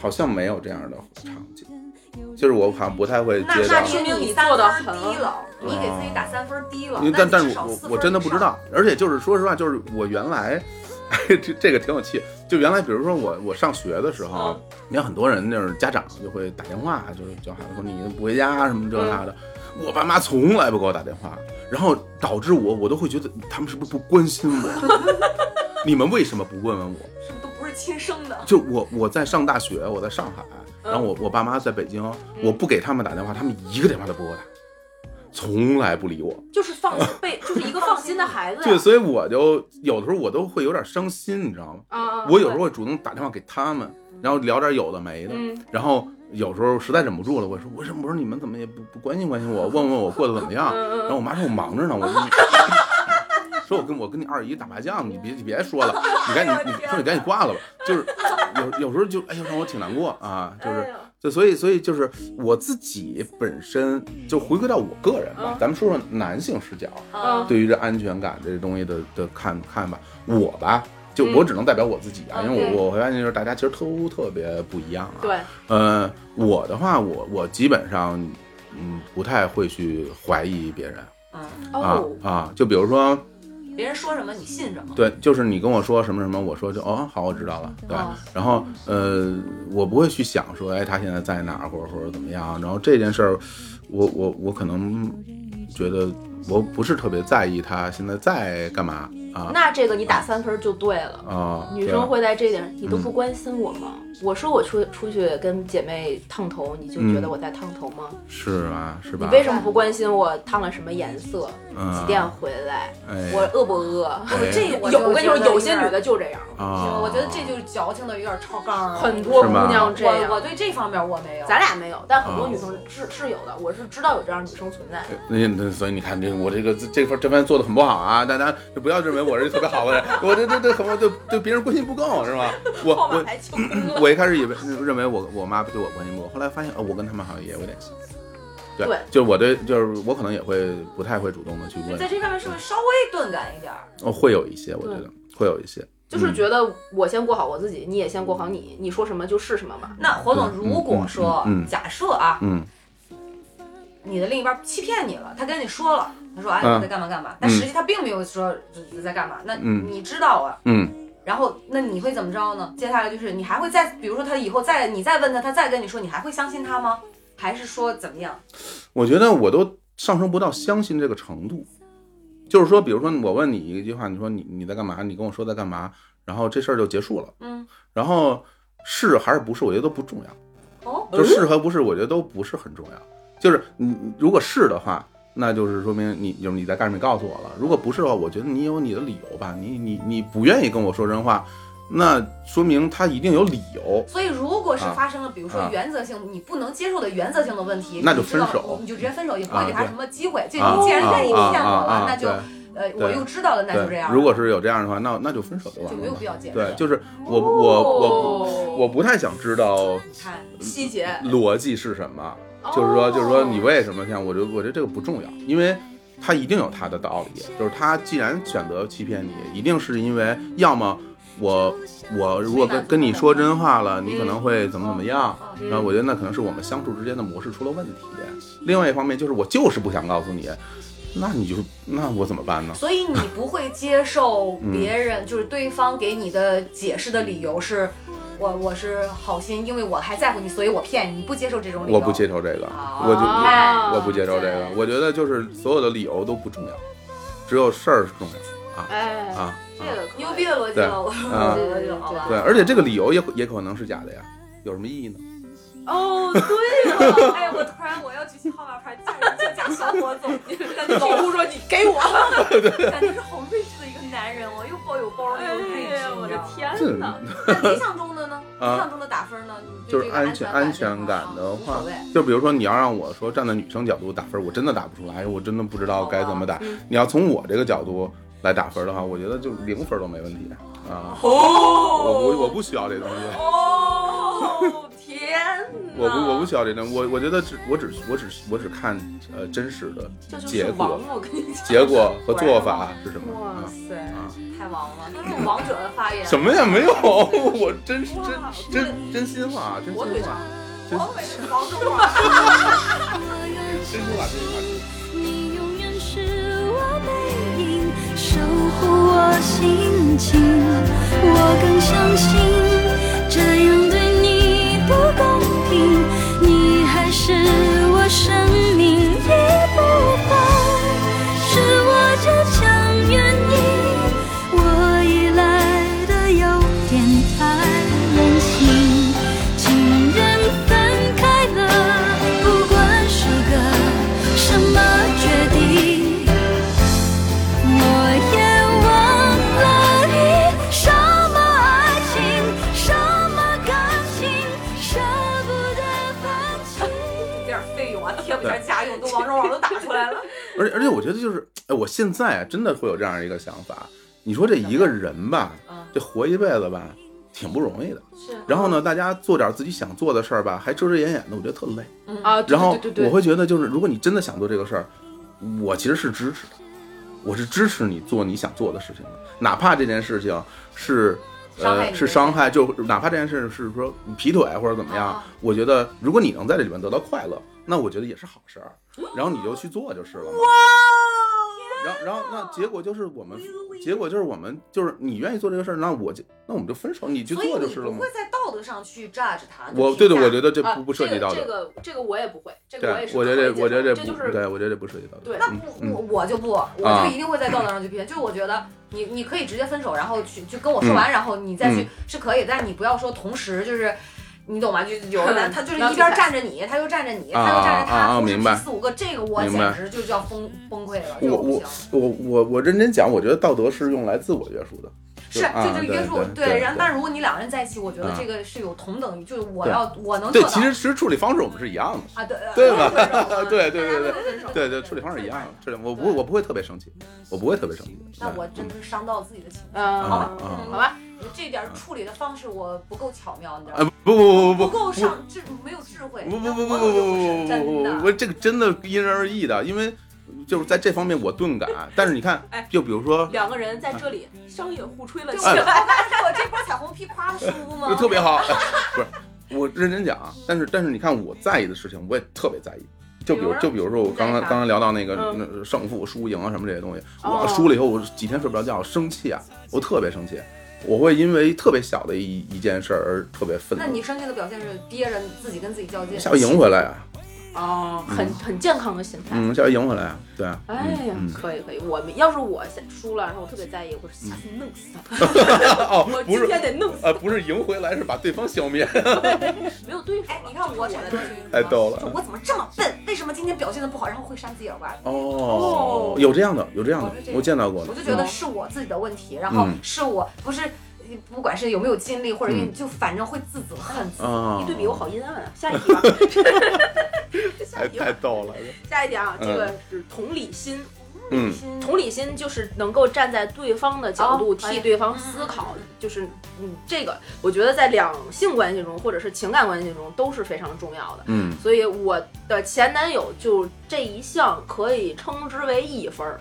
好像没有这样的场景，就是我好像不太会那接那到。说明你你做得三分很低了，你给自己打三分低了因为。但但是我我真的不知。道，而且就是说实话，就是我原来，哎，这这个挺有趣。就原来比如说我我上学的时嗯候，你看很多人就是家长就会打电话，就是叫孩子说你怎么不回家啊什么这那的。嗯我爸妈从来不给我打电话，然后导致我我都会觉得他们是不是不关心我？ 你们为什么不问问我？都不是亲生的。就我我在上大学，我在上海，然后我我爸妈在北京，我不给他们打电话，他们一个电话都不给我打，从来不理我。就是放心被，就是一个放心的孩子呀。对，所以啊我就有的时候我都会有点伤心，你知道吗？啊，我有时候嗯会主动打电话给他们，然后聊点有的没的，嗯然后有时候实在忍不住了，我说我说我说你们怎么也不不关心关心我，问问我过得怎么嗯样？啊然后我妈说我忙着呢，我 说你说我跟我跟你二姨打麻将，你别你别说了， 你赶紧哎你说你赶紧挂了吧，就是有有时候就哎呦让我挺难过啊，就是哎呦就所以所以就是我自己本身就回归到我个人吧，咱们说说男性视角，嗯对于这安全感这东西的的看看吧，我吧，就嗯我只能代表我自己啊，因为我我会发现就是大家其实都特别不一样啊。，对，呃，我的话，我我基本上，嗯，不太会去怀疑别人嗯，啊哦，啊，就比如说，别人说什么你信什么。对，就是你跟我说什么什么，我说就哦好，我知道了，嗯对。哦然后呃，我不会去想说，哎，他现在在哪儿，或者或者怎么样。然后这件事儿，我我我可能觉得我不是特别在意他现在在干嘛啊哦那这个你打三分儿就对了。啊。嗯女对吧生会在这点，你都不关心我吗？我说我出出去跟姐妹烫头，你就觉得我在烫头吗？嗯是啊，是你吧？为什么不关心我烫了什么颜色？嗯几点回来？哎我饿不饿？哎这 个我有，就我跟你觉说，得有有些点女的就这样，啊，行，我觉得这就是矫情的有点超纲了。很多是姑吗娘这嗯我我样。对这方面我没有。咱俩没有，但很多啊女生是是有的，我是知道有这样女生存在。那那所以你看，这我这个这这份这番做的很不好啊！大家就不要认为我是特别好的人，我这这这很对对别人关心不够是吧？我号码我牌清空了。我一开始以为认为我我妈对我关心不够，后来发现哦，我跟他们好像也有点像。对，对就我对，就是我可能也会不太会主动的去问在，这方面是不是稍微钝感一点儿？哦，会有一些，我觉得会有一些，嗯就是觉得我先过好我自己，你也先过好你，你说什么就是什么嘛。那火总，嗯如果说、嗯嗯嗯假设啊，嗯你的另一半欺骗你了，他跟你说了，他说哎嗯我在干嘛干嘛，但实际他并没有说呃在干嘛，那嗯你知道啊。嗯然后，那你会怎么着呢？接下来就是你还会再，比如说他以后再你再问他，他再跟你说，你还会相信他吗？还是说怎么样？嗯，我觉得我都上升不到相信这个程度。就是说，比如说我问你一句话，你说你你在干嘛？你跟我说在干嘛？然后这事儿就结束了。嗯，然后是还是不是，我觉得都不重要。哦，就、是和不是，我觉得都不是很重要。就是你如果是的话，那就是说明你就是你在干什么，你告诉我了。如果不是的话，我觉得你有你的理由吧，你你你不愿意跟我说真话，那说明他一定有理由。所以如果是啊发生了，比如说啊原则性、你不能接受的原则性的问题，那就你知道分手你就直接分手，也不会啊给他对什么机会。就啊你既然愿意啊骗我啊啊了，那就对呃我对又知道了，那就这样对，了。嗯如果是有这样的话，那那就分手就完就没有了必嘛。要解释。对，就是我我我哦我不太想知道看细节，逻辑是什么，就是说就是说哦你为什么这样，我觉得我觉得这个不重要，因为他一定有他的道理，就是他既然选择欺骗你，一定是因为要么我我如果跟跟你说真话了，你可能会怎么怎么样，嗯然后我觉得那可能是我们相处之间的模式出了问题。另外一方面就是我就是不想告诉你，那你就那我怎么办呢？所以你不会接受别嗯人，就是对方给你的解释的理由是，我我是好心，因为我还在乎你，所以我骗你，你不接受这种理由。啊我不接受这个，我就哦我不接受这个，我觉得就是所有的理由都不重要，只有事儿重要啊哎，嗯啊这个可以牛逼的逻辑了，我啊！对我就好吧。对，而且这个理由也也可能是假的呀，有什么意义呢？哦，对了，哎，我突然我要举起号码牌，架就架小伙总，感 觉老吴说你给我，感觉是好睿智的一个男人哦，又抱有包容，哎又睿智，呀，我的这天哪！那理想中的呢？理啊想中的打分呢？你就对是这个安全安安全感的无所话谓。，就比如说你要让我说站在女生角度打分，我真的打不出来，哎我真的不知道该怎么打。你要从我这个角度来打分的话，我觉得就零分都没问题啊。我不我不需要这东西。哦，天哪！我不我不需要这种，我我觉得只我只我只我只看呃真实的这就是结果王，我跟你讲，结果和做法是什么？哇啊塞，啊太王了，这种王者的发言。什么呀？没有， 我真是哇真真真心话，真心火话，腿肠，真我每次王中啊王。真心话，真心话。你永远是我背影，守护我心情。我更相信这样对你不公平，你还是我生命一有钱家用，都王者网都打 出来了。而且而且我觉得就是，哎，我现在真的会有这样一个想法。你说这一个人吧嗯，这活一辈子吧，挺不容易的。是然后呢，大家做点自己想做的事儿吧，还遮遮掩掩的，我觉得特累。啊，对然后对对我对对，会觉得，就是如果你真的想做这个事儿，我其实是支持的，我是支持你做你想做的事情的，哪怕这件事情是。伤害呃，你是伤害，就哪怕这件事是说你劈腿或者怎么样，啊我觉得如果你能在这里面得到快乐，那我觉得也是好事 儿，然后你就去做就是了嘛。哦然后，然后那结果就是我们，结果就是我们就是你愿意做这个事儿，那我就那我们就分手，你去所以做就你是了不嘛。会在道德上去 judge 他。我对就评对，价我觉得这啊不不涉及这个到这的，个这个我也不会，这个我也对，是不我会觉接受，得我觉得这不就，是对我觉得这不涉及到的。对那嗯不，嗯我我就不，我啊就一定会在道德上去批评。就是我觉得你你可以直接分手，然后去就跟我嗯说完，然后你再去是可以，但你不要说同时就是。你懂吗？就有的男，他就是一边站着你，他又站着你，啊他又站着啊啊他，同时明白批四五个，这个我明简白直就叫崩崩溃了，这我个不我行。我我我认真讲，我觉得道德是用来自我约束的，是，啊这就约束对对然后对但如果你两个人在一起，我觉得啊这个是有同等，就是我对要我能对做，到。其实其实处理方式我们是一样的，啊，对对吧？吧对对对对对对，处理方式一样的，处理我不我不会特别生气，我不会特别生气。那我真是伤到自己的情 嗯，啊啊，好吧，绪，这嗯点处理的方式我不够巧妙，你知道啊吗？不不不不不够不上智，没有智慧。不不不不不我不不就是真不的不不，这个真的因人而异的，因为就是在这方面我钝感，但是你看，就比如说。两个人在这里商业互嗯吹了对，起我来，我刚哎才说我这波彩虹屁夸的舒服吗就？特别好， 哎不是我认真讲啊，但是但是你看我在意的事情，我也特别在意。就比比如如呢就比如说我刚在刚意啥刚刚聊到那个嗯那胜负输赢啊什么这些东西，哦我输了以后我几天睡不着觉，生气啊，我特别生气，我会因为特别小的一一件事儿而特别愤那怒你，生气的表现是憋着自己跟自己较劲。下回赢回来啊，嗯哦，很很健康的心态。嗯，下回赢回来啊，对啊，哎呀嗯，可以可以，我们要是我先输了，然后我特别在意，我说下次弄死他，嗯哦我，不今是天得弄死呃不是赢回来，是把对方消灭，他，没有对手哎，了。你看我产生的是太哎啊逗嗯了就我怎么这么笨？为什么今天表现的不好？然后会扇自己耳光。哦，有这样的有这样的我是这，样我见到过的，我就觉得是我自己的问题，然后嗯是我不是，不管是有没有尽力，或者嗯就反正会自责恨自己。啊一，对比我好阴暗啊！下一 题吧，下太一题吧哎太，逗了，下一题啊，这嗯个是同理心。嗯。同理心就是能够站在对方的角度哦哎替对方思考，就是嗯，这个我觉得在两性关系中或者是情感关系中都是非常重要的。嗯，所以我的前男友就这一项可以称之为一分儿。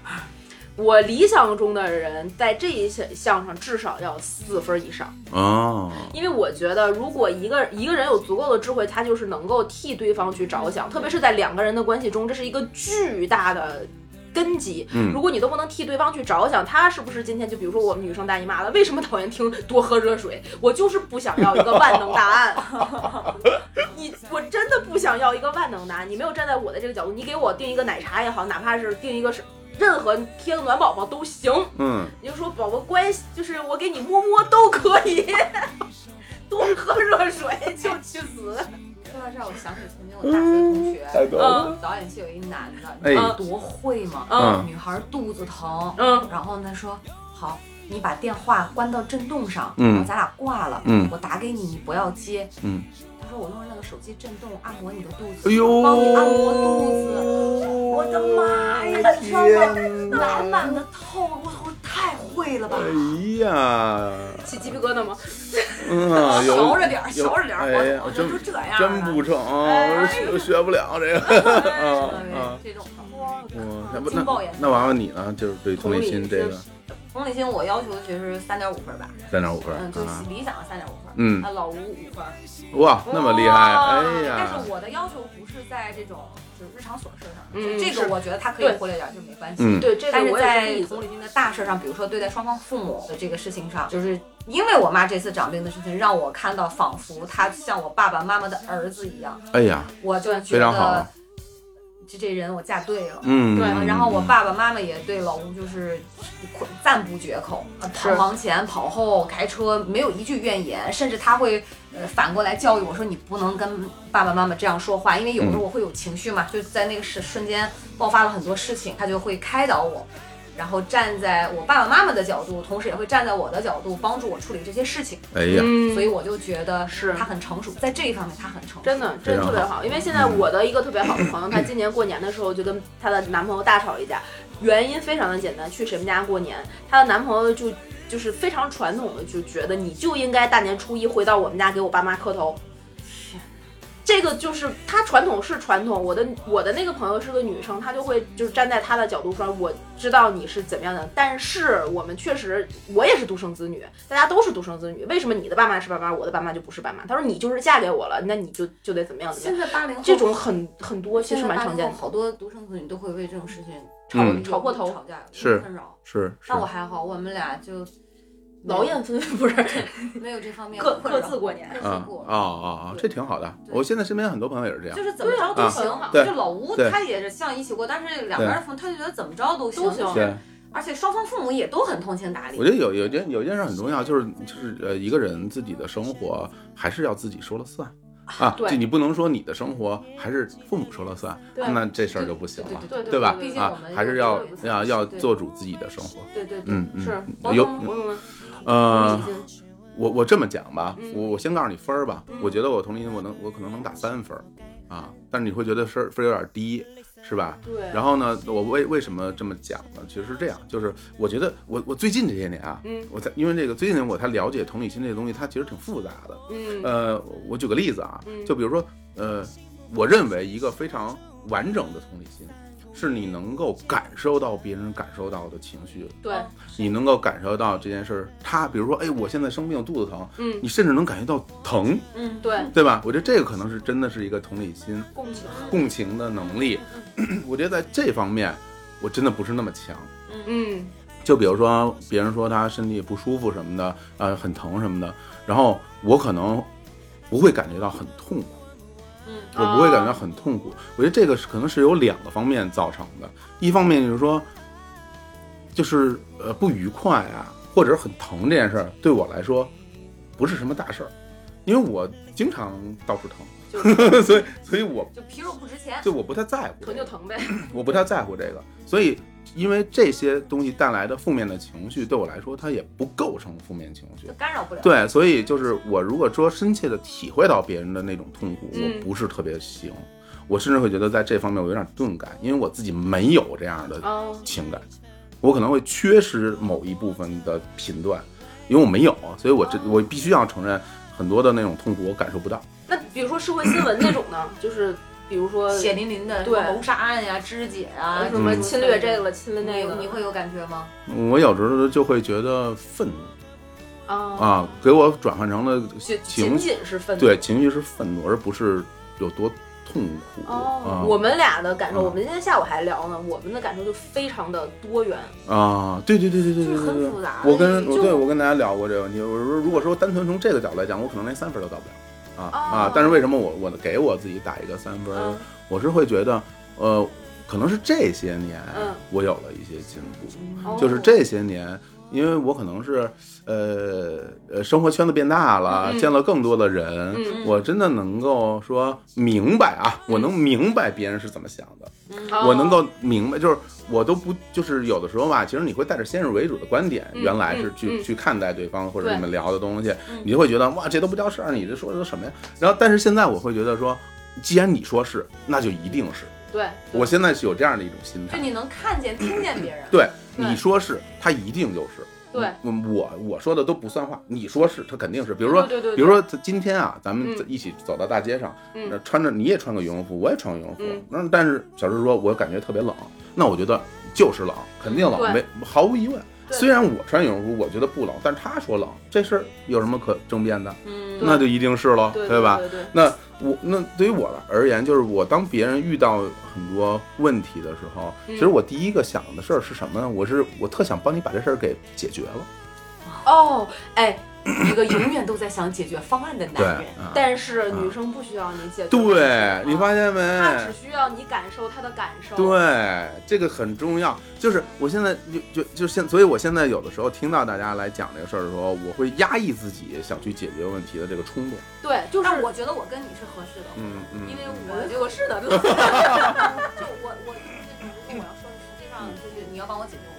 我理想中的人在这一项上至少要四分以上，哦，因为我觉得如果一个一个人有足够的智慧，他就是能够替对方去着想，特别是在两个人的关系中，这是一个巨大的根基。嗯如果你都不能替对方去着想，他是不是今天就比如说我们女生大姨妈了，为什么讨厌听多喝热水？我就是不想要一个万能答案。 你我真的不想要一个万能答案。你没有站在我的这个角度，你给我订一个奶茶也好，哪怕是订一个是任何贴个暖宝宝都行。嗯，你就说宝宝乖，就是我给你摸摸都可以，多喝热水就去死。说到这儿，我想起曾经我大学同学，太嗯哎逗了哦导演系有一男的，哎你知道多会吗？嗯女孩肚子疼，嗯，然后呢说好，你把电话关到震动上，嗯然后咱俩挂了，嗯我打给你，你不要接，嗯，他说我用那个手机震动按摩你的肚子，哎呦，帮你按摩肚子，我我的妈呀，你知道吗？满满的痛，我我太会了吧。哎呀，起鸡皮疙瘩吗？嗯啊， 有着点儿，有小着点儿，哎呀我我真就这样 啊，真不成，我学学不了这个，啊啊对，这种疼。我那哎劲爆呀那那娃娃你呢？就是对同理心这个同嗯理心，我要求其实三点五分吧，三点五分嗯，就是啊，理想三点五分，嗯啊，老吴五分，哇，那么厉害，哎但呀是，我的要求不是在这种就是日常琐事上，嗯就这是个我觉得他可对以忽略掉，就没关系。嗯对，这个但是我也在是同理心的大事上，比如说对待双方父母的这个事情上，就是因为我妈这次长病的事情，让我看到仿佛她像我爸爸妈妈的儿子一样，哎呀，我就觉非常好得，这这人我嫁对了。嗯，对啊然后我爸爸妈妈也对老吴就是赞不绝口，呃跑是房前跑后开车没有一句怨言，甚至他会呃反过来教育我说你不能跟爸爸妈妈这样说话，因为有时候我会有情绪嘛，就在那个时瞬间爆发了很多事情，他就会开导我。然后站在我爸爸妈妈的角度，同时也会站在我的角度帮助我处理这些事情，哎呀，嗯所以我就觉得是他很成熟，在这一方面他很成熟，真的，真的特别好。因为现在我的一个特别好的朋友，她今年过年的时候就跟她的男朋友大吵一架，原因非常的简单，去谁们家过年，她的男朋友就就是非常传统的就觉得你就应该大年初一回到我们家给我爸妈磕头。这个就是她传统是传统，我的我的那个朋友是个女生，她就会就是站在她的角度说，我知道你是怎么样的，但是我们确实我也是独生子女，大家都是独生子女，为什么你的爸妈是爸妈，我的爸妈就不是爸妈？她说你就是嫁给我了，那你就就得怎么样怎么样。现在八零后这种很很多，其现实在蛮八常零见后的。好多独生子女都会为这种事情嗯吵吵过头吵架是困扰，是是但，我还好，我们俩就劳燕分飞不是没有这方面各困各扰自过年各啊自啊过，啊啊，这挺好的。对我现在身边很多朋友也是这样就，是怎么着都啊行。对就老吴对他也是像一起过，但是两边的父母他就觉得怎么着都行，都行就是对。而且双方父母也都很通情达理我。觉得有有件有件事很重要，就是就是呃，一个人自己的生活还是要自己说了算啊，对就你不能说你的生活还是父母说了算，啊对那这事儿就不行了，对对吧对对？啊对毕竟我，们还是要有自己的要要对做主自己的生活，对对对，嗯嗯，是嗯王有总，王总呢呃，同理心我我这么讲吧，嗯我我先告诉你分儿吧，我觉得我同理心我能我可能能打三分儿啊，但是你会觉得分儿分儿有点低，是吧？对然后呢，我为为什么这么讲呢？其实是这样，就是我觉得我我最近这些年啊，嗯我在因为这个最近我才了解同理心这个东西，它其实挺复杂的。嗯呃，我举个例子啊嗯，就比如说呃，我认为一个非常完整的同理心，是你能够感受到别人感受到的情绪，对你能够感受到这件事儿，他比如说，哎，我现在生病，肚子疼，嗯你甚至能感觉到疼，嗯，对对吧？我觉得这个可能是真的是一个同理心、共情共情的能力。 我觉得在这方面，我真的不是那么强。嗯就比如说，别人说他身体不舒服什么的，呃，很疼什么的，然后我可能不会感觉到很痛苦，嗯我不会感觉啊到很痛苦。我觉得这个是可能是有两个方面造成的，一方面就是说，就是呃不愉快啊，或者是很疼这件事儿，对我来说不是什么大事儿，因为我经常到处就疼， 所以所以我就皮肉不值钱。就我不太在乎这疼个就，疼呗，我不太在乎这个，所以。因为这些东西带来的负面的情绪，对我来说，它也不构成负面情绪就。干扰不了，对，所以就是我如果说深切的体会到别人的那种痛苦，嗯我不是特别行，我甚至会觉得在这方面我有点钝感，因为我自己没有这样的哦情感，我可能会缺失某一部分的频段，因为我没有，所以我这我必须要承认很多的那种痛苦我感受不到。那比如说社会新闻那种呢，就是比如说呃血淋淋的什么对谋杀案呀、肢解啊，什么嗯侵略这个了，侵略那个了，你你会有感觉吗？我有时候就会觉得愤怒啊啊，给我转换成了就仅情仅是愤怒。 对情绪是愤怒，而不是有多痛苦。啊哦，我们俩的感受，嗯我们今天下午还聊呢，我们的感受就非常的多元。啊，对对对对对对就是对很对复杂我跟我就对我跟大家聊过这个问题，我说如果说单纯从这个角度来讲，我可能连三分都到不了啊、啊哦！但是为什么我我给我自己打一个三分，嗯我是会觉得呃，可能是这些年、嗯我有了一些进步，哦就是这些年。因为我可能是，呃呃，生活圈子变大了，嗯见了更多的人，嗯我真的能够说明白啊，我能明白别人是怎么想的，嗯哦我能够明白，就是我都不就是有的时候吧，其实你会带着先入为主的观点，嗯原来是去、嗯嗯去看待对方或者对嗯你们聊的东西，你就会觉得哇，这都不叫事儿，你这说的都什么呀？然后，但是现在我会觉得说，既然你说是，那就一定是。对，我现在是有这样的一种心就态，你能看见、听见别人，对，对你说是，他一定就是。对嗯，我我说的都不算话，你说是，他肯定是。比如说，对对对对比如说今天啊，咱们嗯一起走到大街上，嗯那穿着你也穿个羽绒服，我也穿个羽绒服嗯，那、但是小志说我感觉特别冷，那我觉得就是冷，肯定冷，没对毫无疑问。对虽然我穿羽绒服，我觉得不冷，但是他说冷，这事儿有什么可争辩的？嗯，那就一定是喽，对吧？对对，那我那对于我而言，就是我当别人遇到很多问题的时候，嗯其实我第一个想的事儿是什么呢？我是我特想帮你把这事儿给解决了。哦，哎，一个永远都在想解决方案的男人，啊但是女生不需要你解决，对，你现发现她只没？需要你感受她的感受，，对，这个很重要。就是我现在就就就现，所以我现在有的时候听到大家来讲这个事儿的时候，我会压抑自己想去解决问题的这个冲动。对，就是但我觉得我跟你是合适的，嗯嗯因为我我觉就得我 是的，就我我就是如果我要说，实际上就是你要帮我解决，我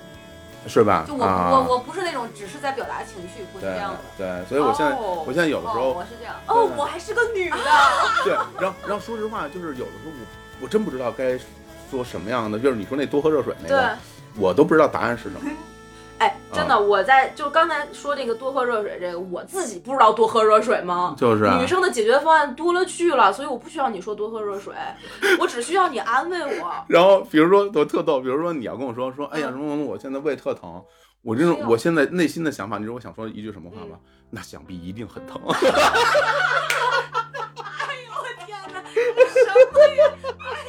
是吧？就我、啊我我不是那种只是在表达情绪，不是对这样的。对，所以我现在、哦我现在有的时哦，候我是这样。哦，我还是个女的， 对，然后然后说实话，就是有的时候我我真不知道该说什么样的，就是你说那多喝热水那对个，。我都不知道答案是什么。哎，真的，嗯我在就刚才说这个多喝热水这个，我自己不知道多喝热水吗？ 就是啊女生的解决方案多了去了，所以我不需要你说多喝热水，我只需要你安慰我。然后比如说我特逗，比如说你要跟我说说，哎嗯呀什么什么，我现在胃特疼。我这种是啊我现在内心的想法，你知道我想说一句什么话嗯吗？那想必一定很 疼。哎天哪，什么呀？ 哎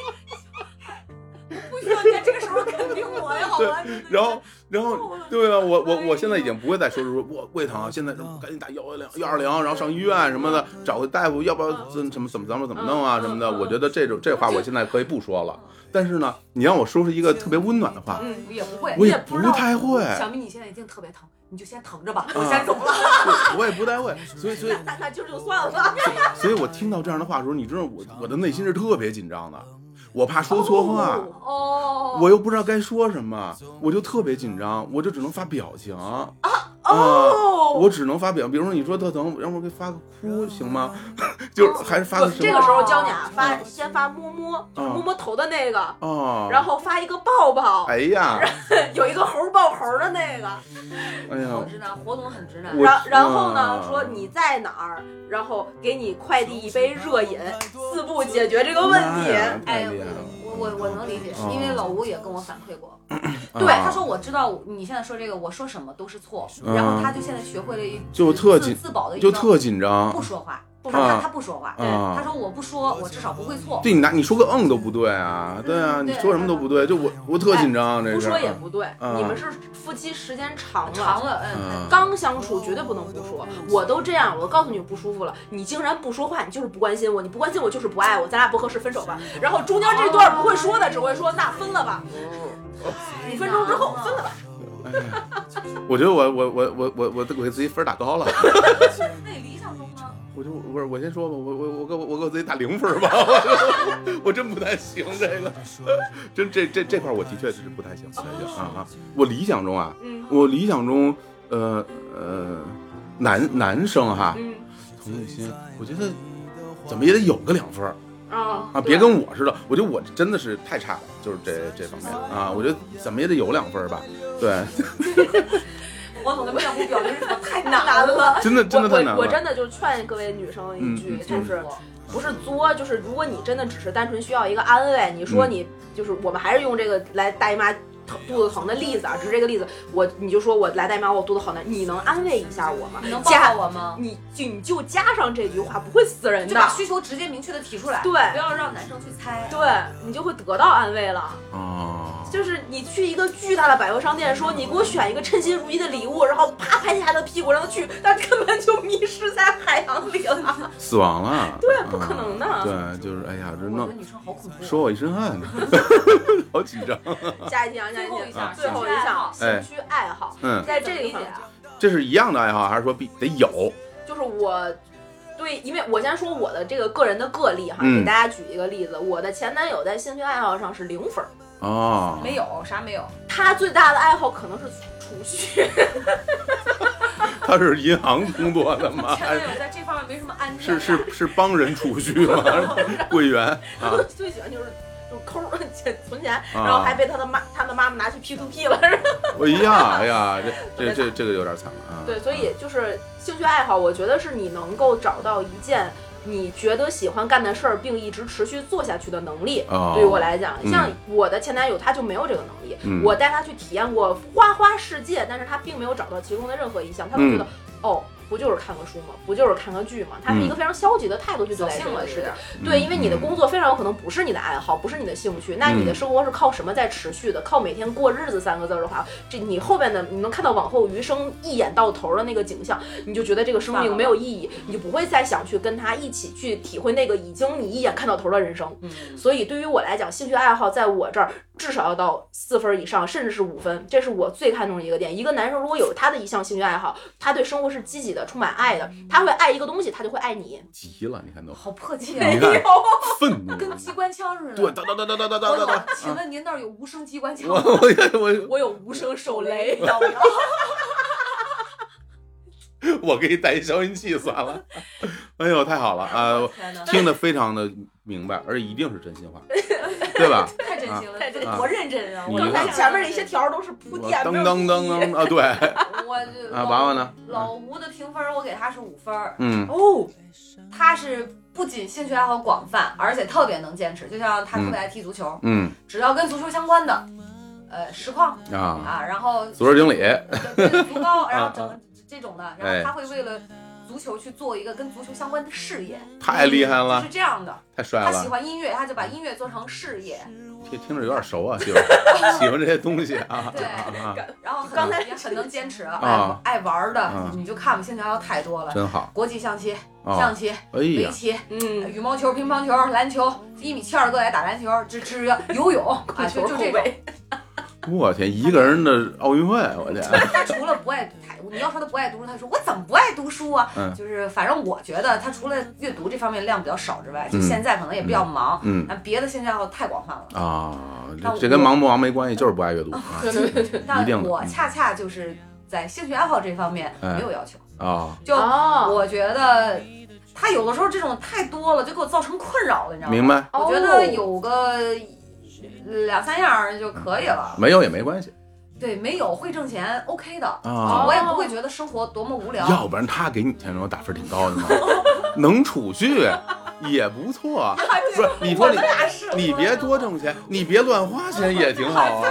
我不需要你在这个时候肯定我呀，好对吧？然后，然后，哦对啊，我我我现哎在已经不会再说是说我胃疼啊，现在赶紧打幺幺零幺二零，然后上医院什么嗯的，找个大夫，要不要怎怎么怎么咱们怎么弄啊什么的。我觉得这种这话我现在可以不说了，但是呢，你让我说出一个特别温暖的话，嗯，也不会，我也也不知道太会，啊小明，你现在一定特别疼，你就先疼着吧，嗯 我先走了。我我也不太会，所以所以那那今儿就算了。所以我听到这样的话的时候，你知道我我的内心是特别紧张的，我怕说错话。 哦，我又不知道该说什么，我就特别紧张，我就只能发表情啊哦我只能发表，比如说你说特疼，让我给发个哭行吗？ 就是还是发个什哦这个么？时候教你啊，发先发摸摸，就是摸摸头的那个，哦，然后发一个抱抱，嗯哎呀， 有一个猴抱猴的那个。哎呀好，直男，活动很直男。我然然后呢啊，说你在哪儿，然后给你快递一杯热饮，四步解决这个问妈题。呀太哎，厉害了。我我我能理解，嗯因为老吴也跟我反馈过，对对，他说我知道你现在说这个，我说什么都是错，嗯然后他就现在学会了一就自特紧自保的一就招，特紧嗯张不，说话，他说话他他不说话，啊他说我不说，我至少不会错。对你拿你说个嗯都不对啊，对啊，你对说什么都不对，就我我特紧张这哎不事说也儿。不对，啊你们是夫妻时间长了，长了，嗯，嗯，刚相处绝对不能不说。我都这样了，我告诉你不舒服了，你竟然不说话，你就是不关心我，你不关心我就是不爱我，咱俩不合适，分手吧。然后中间这段不会说的，只会说那分了吧，五五分钟之后分了吧。哎我觉得我我我我我我我给自己分儿打高了，那理想中呢？我就不是我先说吧，我我我给我我给我自己打零分儿吧，我我真不太行这个，真这这这块儿我的确是不太行，不太行啊啊！我理想中啊，嗯我理想中呃呃男男生哈，嗯同理心，我觉得怎么也得有个两分儿啊啊，别跟我似的，我觉得我真的是太差了，就是这这方面啊，我觉得怎么也得有两分儿吧， 对， 我总的面部表情是太太嗯难了。真的真的太难了我我我真的就劝各位女生一句嗯，嗯就是不是作，就是如果你真的只是单纯需要一个安慰，你嗯说你、就是我们还是用这个来大姨妈疼肚子疼的例子啊，只是这个例子，我你就说我来大姨妈我肚子好难，你能安慰一下我吗？ 你能加帮到我吗？你就你就加上这句话，不会死人就的把。需求直接明确的提出来，对不要让男生去猜。对你就会得到安慰了，哦，就是你去一个巨大的百货商店，说你给我选一个称心如意的礼物，然后啪拍下他的屁股让他去，他根本就迷失在海洋里了。死亡了，对不可能的对，就是哎呀，这我觉弄得。女生好恐怖。说我一身 汗，好紧张。下一题啊，下一最后题一项啊，最后一项，兴趣爱好。嗯，在这理里解方面，啊？这是一样的爱好，还是说必得有？就是我对，因为我先说我的这个个人的个例哈，嗯给大家举一个例子，我的前男友在兴趣爱好上是零分儿， 哦，没有，啥没有。他最大的爱好可能是储蓄， 他是银行工作 的吗？前男友在这方面没什么安全啊哎是感。是是帮人储 蓄吗？柜员啊，最喜欢就是。就是抠儿 钱存钱，然后还被他的妈他的妈妈拿去 P to P 了，哎呀哎呀，这这这这个有点惨了啊。对，所以就是兴趣爱好，我觉得是你能够找到一件你觉得喜欢干的事儿，并一直持续做下去的能力。哦对于我来讲，嗯像我的前男友他就没有这个能力。嗯我带他去体验过花花世界，但是他并没有找到其中的任何一项，他嗯就觉得、哦。不就是看个书吗？不就是看个剧吗？他嗯是一个非常消极的态度去对待这扫兴了个有事情点。对，因为你的工作非常有可能不是你的爱好，不是你的兴趣，那你嗯的生活是靠什么在持续的？靠每天过日子三个字儿的话，这你后边的你能看到往后余生一眼到头的那个景象，你就觉得这个生命没有意义，你就不会再想去跟他一起嗯去体会那个已经你一眼看到头的人生。所以对于我来讲，兴趣爱好在我这儿至少要到四分以上，甚至是五分，这是我最看重的一个点。一个男生如果有他的一项兴趣爱好，他对生活是积极的，充满爱的，他会爱一个东西，他就会爱你。急了，你看都，好迫切你 啊， 看愤怒，跟机关枪似对，的。哒哒哒哒哒哒我哒哒想哒，，请问您那儿有无声机关枪我吗？我我 我有无声手雷， 要不要？我给你带一消音器算了，哎呦，太好了啊！我天哪，听得非常的明白，而且一定是真心话，对吧？太真心太真心了，了多认真啊！你我看刚才前面的一些条儿都是铺我垫，当没有当当意义当啊，对 我这啊，老娃娃呢？老吴的评分我给他是五分儿嗯哦，他是不仅兴趣爱好广泛，而且特别能坚持，就像他特别爱踢足球，嗯只要跟足球相关的，呃，实况啊，啊，然后呃足球经理，对足高，然后 啊整个这种的，然哎后他会为了足球去做一个跟足球相关的事业，太厉害就了是，这样的。太帅嗯他喜了，欢音乐，他就把音乐做成事业，这听着有点熟啊，媳妇儿 喜欢这些东西啊 对啊，啊然后很刚才也很能坚持，啊爱爱玩的啊你就看吧，兴趣爱好太多了。真好国际象棋、象啊！棋、哎围呀，棋、嗯呃，羽毛球、乒乓球、篮球，一米七二个也打篮球，这这 游泳啊，就就后这种。我天，一个人的奥运会，我天，他除了不爱，他 你要说他不爱读书，他说我怎么不爱读书啊？嗯就是反正我觉得他除了阅读这方面量比较少之外，就嗯现在可能也比较忙， 嗯但别的兴趣爱好太广泛了。啊，那这这跟忙不忙没关系，就是不爱 阅读啊但一定的嗯我恰恰就是在兴趣爱好这方面哎没有要求，啊，就 哦，我觉得他有的时候这种太多了，就给我造成困扰了，你知道吗？明白？我觉得有个两三样儿就可以了。没有也没关系对，没有会挣钱，OK 的，啊我也不会觉得生活多么无聊。要不然他给你填充打分挺高的嘛，能储蓄也不错啊。不是，你说你你别多挣钱，你别乱花钱也挺好啊。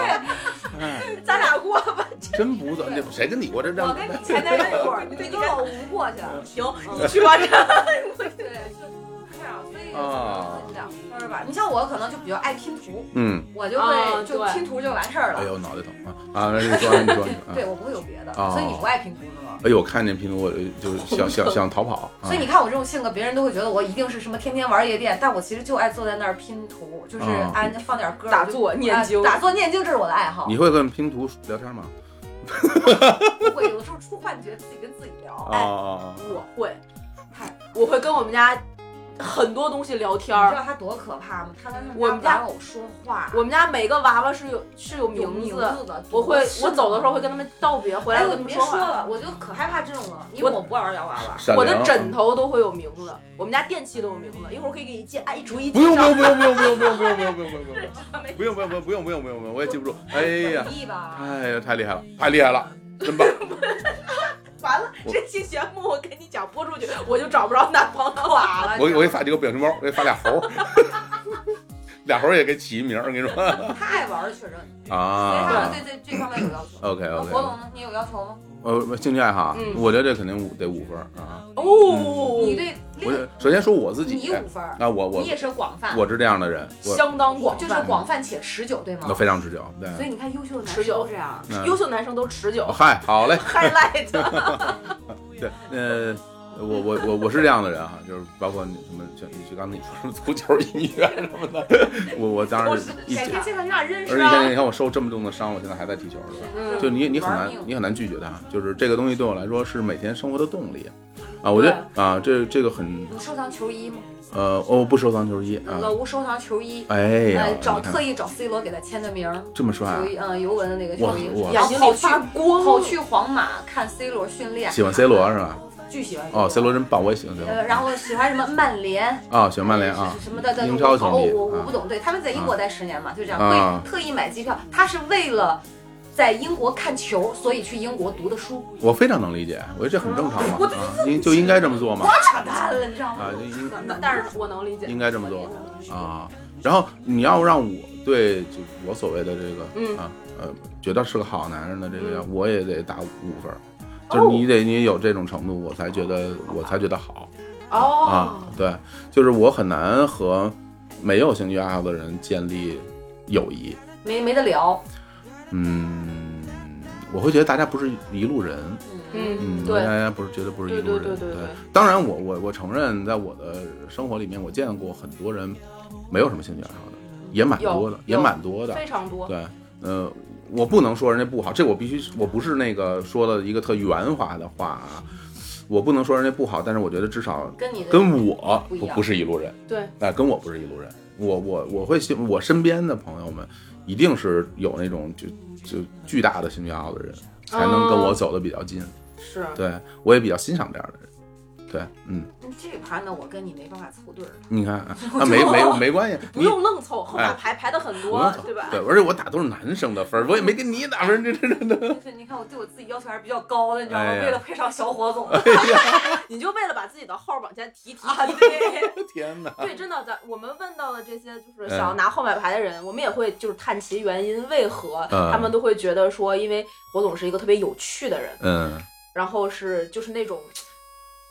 哎，咱俩过吧，真不错，那谁跟你过这我账？跟你前男友 过，你跟老吴过去，行，你去吧， 对，就这样，所以啊两分儿吧。你像我可能就比较爱拼图，嗯，我就啊会就对拼图就完事儿哎了。呦，脑袋疼啊啊！那你说，你说，你说对，啊。我不会有别的，哦所以你不爱拼图是吗？哎呦，我看见拼多我就想想想逃跑。啊所以你看我这种性格，别人都会觉得我一定是什么天天玩夜店，但我其实就爱坐在那儿拼图，就是啊安放点歌，打就坐念经啊打坐念经这是我的爱好。你会跟拼图聊天吗？我有的时候出幻觉，自己跟自己聊。啊哎啊我会，我会跟我们家很多东西聊天你儿。知道他多可怕吗？他跟他我们家玩偶说话，我们家每个娃娃是有是有有名字，字的。我会是我走的时候会跟他们道别，回来哎，跟我他们别说说话。了，我就可害怕这种了，因为我我不玩摇娃娃。啊！我的枕头。头都会有名字，我们家电器都有名字，一会儿我可以给你介哎逐一不介用不绍。用不用不用不用不用不用不用不用不用不用不用不用不用不用不用不用，我也记不住。哎呀容，易吧？哎呀，太厉害了，太厉害了，真棒！完了，我这期节目我跟你讲播出去，我就找不着男朋友了。我给我给发几个表情包，我给发俩猴儿， 俩猴儿也给起一名儿，我跟你说他爱玩儿确实，所以他啊。嗯对对这方面有要求。 OK 那火 OK，总呢？你有要求吗？呃，兴趣爱好啊嗯，我觉得这肯定五得五分儿啊。 哦，你对我另首先说我自你己五分儿，啊，我我你也是广泛，我是这样的人，我相当广就泛，是广泛且持久，对吗那？非常持久，对。哎所以你看，优秀的男持生久都这样。嗯优秀男生都持久哦。嗨，好嘞， highlight，对，呃，我我我我是这样的人哈，就是包括你什么，像你刚才你说什么足球、音乐什么的，我我当然是一改直天介绍你俩认而识且你啊看，。你看我受这么重的伤，我现在还在踢球，是吧？嗯就你，你很玩难命，你很难拒绝它。就是这个东西对我来说是每天生活的动力，啊，我觉得啊，这这个很你收藏球衣吗？呃，我不收藏球衣啊，老吴收藏球衣，哎呀呃，，找你看特意找 C 罗给他签的名儿，这么帅啊球，衣，嗯，尤文的那个球衣哇，哇然啊眼后睛跑里去发光，跑去皇马看 C 罗训练，喜欢 C 罗是吧？巨喜欢哦，C 罗。真棒，我也喜欢 C 罗呃，然后喜欢什么曼联，啊，喜欢曼联啊什么的，的英超球哦迷，我我不啊，懂，对，他们在英国待十年嘛，就这样，啊会特意买机票，他是为了在英国看球，所以去英国读的书，我非常能理解，我觉得这很正常嘛，啊，应就应该这么做嘛，扯淡了，你知道啊，？吗就应但是我能理解。应该这么做啊。然后你要让我对就我所谓的这个、嗯啊呃，觉得是个好男人的这个样，嗯哦我也得打五分儿。就是你得你有这种程度，我才觉得我才觉得好啊哦，。对，就是我很难和没有兴趣爱好的人建立友谊。没没得聊，嗯，我会觉得大家不是一路人。嗯，嗯，大对，家不是绝对不是一路人。对对对对对当然我，我我承认，在我的生活里面，我见过很多人没有什么兴趣爱好的，也蛮有多的，也有蛮多的。非常多。对，呃，我不能说人家不好，这我必须，我不是那个说了一个特圆滑的话啊，我不能说人家不好，但是我觉得至少跟你的跟我不一不样不是一路人，对，哎、跟我不是一路人，我我我会信我身边的朋友们一定是有那种就就巨大的兴趣爱好的人，才能跟哦我走的比较近，嗯是对我也比较欣赏这样的人。对，嗯，这盘呢，我跟你没办法凑对儿。你看， 啊，没没没关系，不你用愣凑，后哎面排排的很不多用，对吧？对，而且我打都是男生的分儿，我 也没跟你打分儿，这这这这，就是你看我对我自己要求还是比较高的，你知道吗？哎呀为了配上小 火总，你就为了把自己的号儿往前提提提。啊对天哪！ 对，真的，咱我们问到的这些就是嗯想要拿号码牌的人，我们也会就是探其原因，为何、嗯他们都会觉得说，因为火总是一个特别有趣的人，嗯，然后是就是那种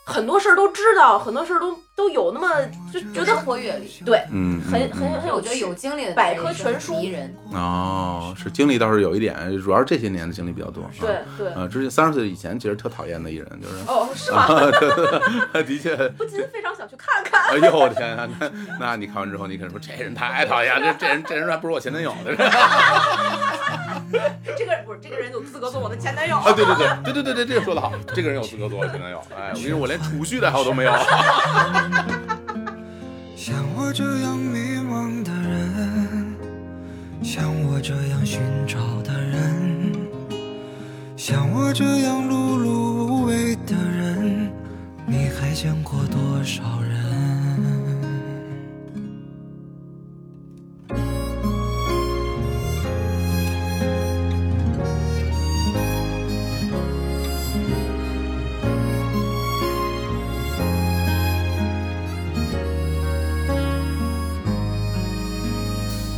很多事儿都知道，很多事儿都都有那么就觉有得生活阅历，对，嗯，很嗯很嗯但是我觉得有经历的百科全书迷人。哦，是经历倒是有一点，主要是这些年的经历比较多。对对。啊，呃，之前三十岁以前其实特讨厌的艺人，就是哦，是吗？ 的确，不禁非常想去看看。哎呦我天啊，那那你看完之后，你可能说这人太讨厌，这这人这人还不如我前男友呢。 这个不是这个人有资格做我的前男友。啊，对对对对对对对，这个说的好，这个人有资格做我前男友。哎，我跟你说，我连储蓄的爱好都没有。像我这样迷茫的人，像我这样寻找的人，像我这样碌碌无为的人，你还见过多少人？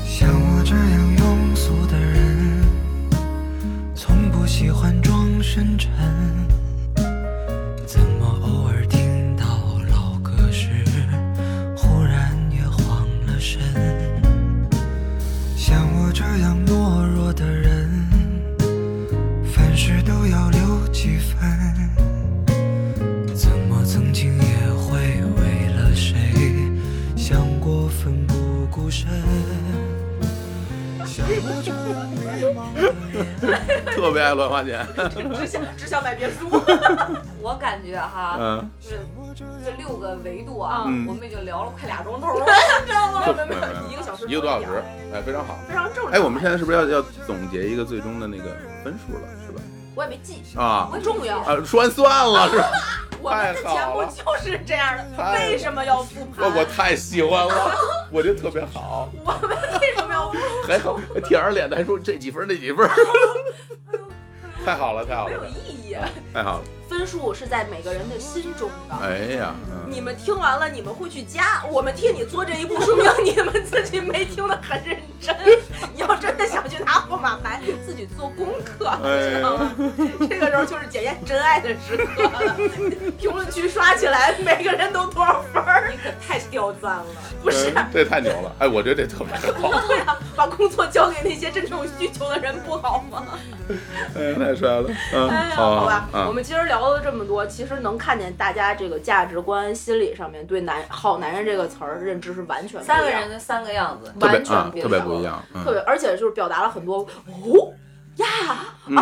像我这样庸俗的人，从不喜欢装深沉。怎么偶尔听到老歌时，忽然也慌了神？像我这样懦弱的人，凡事都要留几分。怎么曾经也会为了谁想过奋不顾身？像我这样迷茫的 人。特别爱乱花钱。只想只想买别墅。我感觉哈，嗯，这六个维度啊，嗯我们已经聊了快俩钟头了。就没有没有一个小时一个多小多一时，哎，非常好。非常正常。哎，我们现在是不是要要总结一个最终的那个分数了，是吧？我也没记，啊我重要。啊，说完算了，是吧？ 我们的节目就是这样的，为什么要复我盘？我太喜欢了，我觉得特别好，我们为什么要复盘？还好舔着脸的还说这几分那几分，太好了，太好没有了，意义。太好了！分数是在每个人的心中的。哎呀，嗯你们听完了，你们会去加。我们替你做这一步，说明你们自己没听得很认真。你要真的想去拿号码 牌，自己做功课，哎知道吗？这个时候就是检验真爱的时刻 了。评论区刷起来，每个人都多少分儿？你可太刁钻了，不是？嗯这太牛了！哎，我觉得这特 别好，对呀、把工作交给那些真正有需求的人不好吗？ 哎，太帅了，哎嗯，呀，好好吧，我嗯，们今儿聊了这么多，其实能看见大家这个价值观、心理上面对男“好男人”这个词儿认知是完全不一样三个人的三个样子，特别完全啊，不一特别样不一样，特嗯别，而且就是表达了很多哦呀，嗯，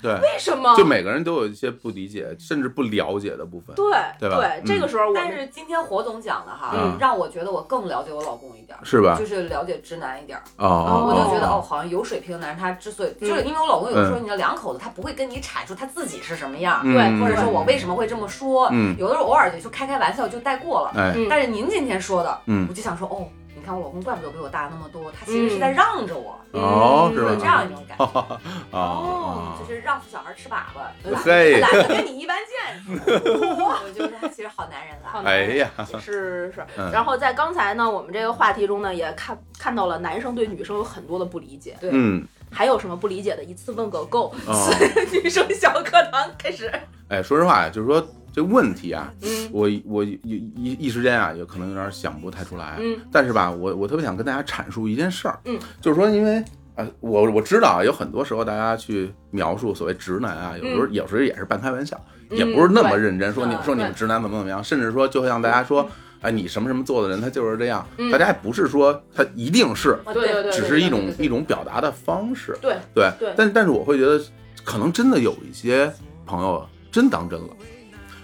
对，为什哦么？就每个人都有一些不理解甚至不了解的部分，对对吧嗯这个时候我但们是今天火总讲的哈，嗯让我觉得我更了解我老公一点儿，是吧就？是了解直男一点儿。哦，我就觉得哦，好像有水平的男人，他之所以就是因为我老公有的时候，你知道两口子他不会跟你阐述他自己是什么样儿，对或者说我为什么会这么说，哦嗯有的时候偶尔也就开开玩笑就带过了。哎，嗯但是您今天说的，嗯我就想说哦，你看我老公怪不得比我大那么多，他其实是在让着我，哦，是嗯有吧？这样一种感觉。哦，就是让小孩吃粑粑，嘿懒得跟你一般见识。我觉得他其实好男人了。哎呀，是是嗯。然后在刚才呢，我们这个话题中呢，也看看到了男生对女生有很多的不理解，嗯，还有什么不理解的，一次问个够。 哦。女生小课堂开始，哎，说实话，就是说这问题啊，嗯我我一一一时间啊，有可能有点想不太出来。嗯，但是吧，我我特别想跟大家阐述一件事儿。嗯，就是说，因为啊，我我知道啊，有很多时候大家去描述所谓直男啊，有时嗯候、有时候也是半开玩笑，也不是那么认真说你嗯嗯说你们直男怎么怎么样，甚至说就像大家说。哎，你什么什么做的人，他就是这样。大家还不是说他一定是，啊对对对只是一种一种表达的方式。对对对但但是我会觉得，可能真的有一些朋友真当真了，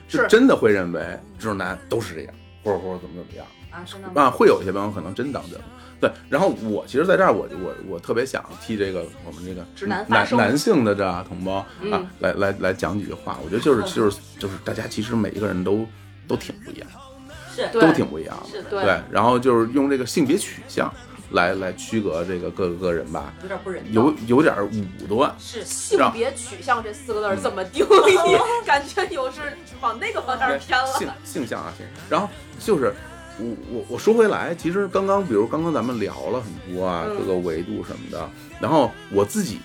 就是真的会认为直男都是这样，或者或者怎么怎么样。啊，真的嗯吗？啊，会有一些朋友可能真当真了。对，然后我其实在这儿我，我我特别想替这个我们这个直男发男声男性的这啊同胞啊，嗯来来来讲几句话。我觉得就是就是就是大家其实每一个人都都挺不一样，是对都挺不一样的。是的，对对，然后就是用这个性别取向来来区隔这个各个个人吧，有点不人道，有有点武断。是性别取向这四个字嗯儿怎么定 义？ 感觉有是往那个方向偏性了。性向啊，性。然后就是我我我说回来，其实刚刚比如刚刚咱们聊了很多啊，嗯各个维度什么的。然后我自己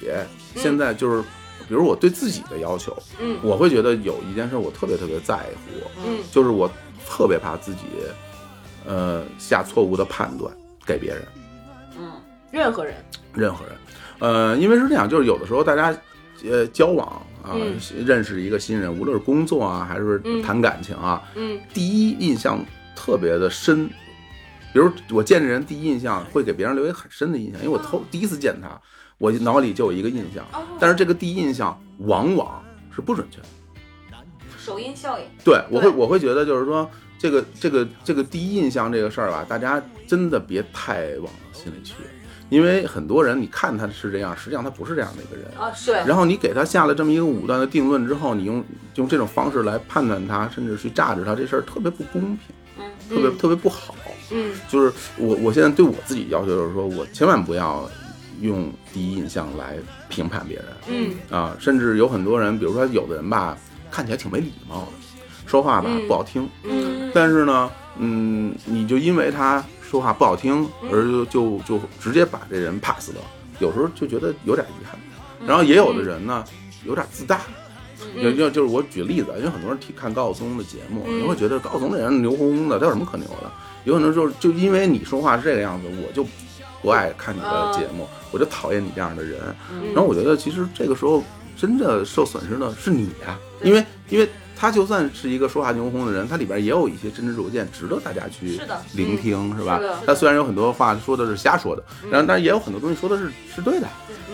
现在就是，比如我对自己的要求，嗯我会觉得有一件事我特别特别在乎，嗯就是我特别怕自己，呃，下错误的判断给别人。嗯任何人，任何人。呃，因为是这样，就是有的时候大家呃交往啊、嗯认识一个新人，无论是工作啊，还是嗯谈感情啊，嗯，第一印象特别的深。比如我见这人第一印象会给别人留一个很深的印象，因为我嗯头第一次见他，我脑里就有一个印象，哦但是这个第一印象往往是不准确的。首因效应，对，我会对我会觉得就是说，这个这个这个第一印象这个事儿吧，大家真的别太往心里去，因为很多人你看他是这样，实际上他不是这样的一个人。啊，是然后你给他下了这么一个武断的定论之后，你用用这种方式来判断他，甚至去榨制他，这事儿特别不公平，特别特别不好。嗯，就是我我现在对我自己要求就是说，我千万不要用第一印象来评判别人。嗯啊，甚至有很多人，比如说有的人吧，看起来挺没礼貌的，说话吧、嗯不好听，嗯但是呢，嗯，你就因为他说话不好听，而就嗯就就直接把这人 pass 了，有时候就觉得有点遗憾。嗯然后也有的人呢，有点自大。有就就是我举例子，因为很多人提看高晓松的节目，嗯你会觉得高晓松这人牛哄哄的，他有什么可牛的？有可能就是就因为你说话是这个样子，我就不爱看你哦的节目，我就讨厌你这样的人。嗯然后我觉得其实这个时候真的受损失的是你呀、因为因为他就算是一个说话牛哄哄的人，他里边也有一些真知灼见，值得大家去是的聆听，是吧是的？嗯嗯他虽然有很多话说的是瞎说的，然后但是也有很多东西说的是是对的。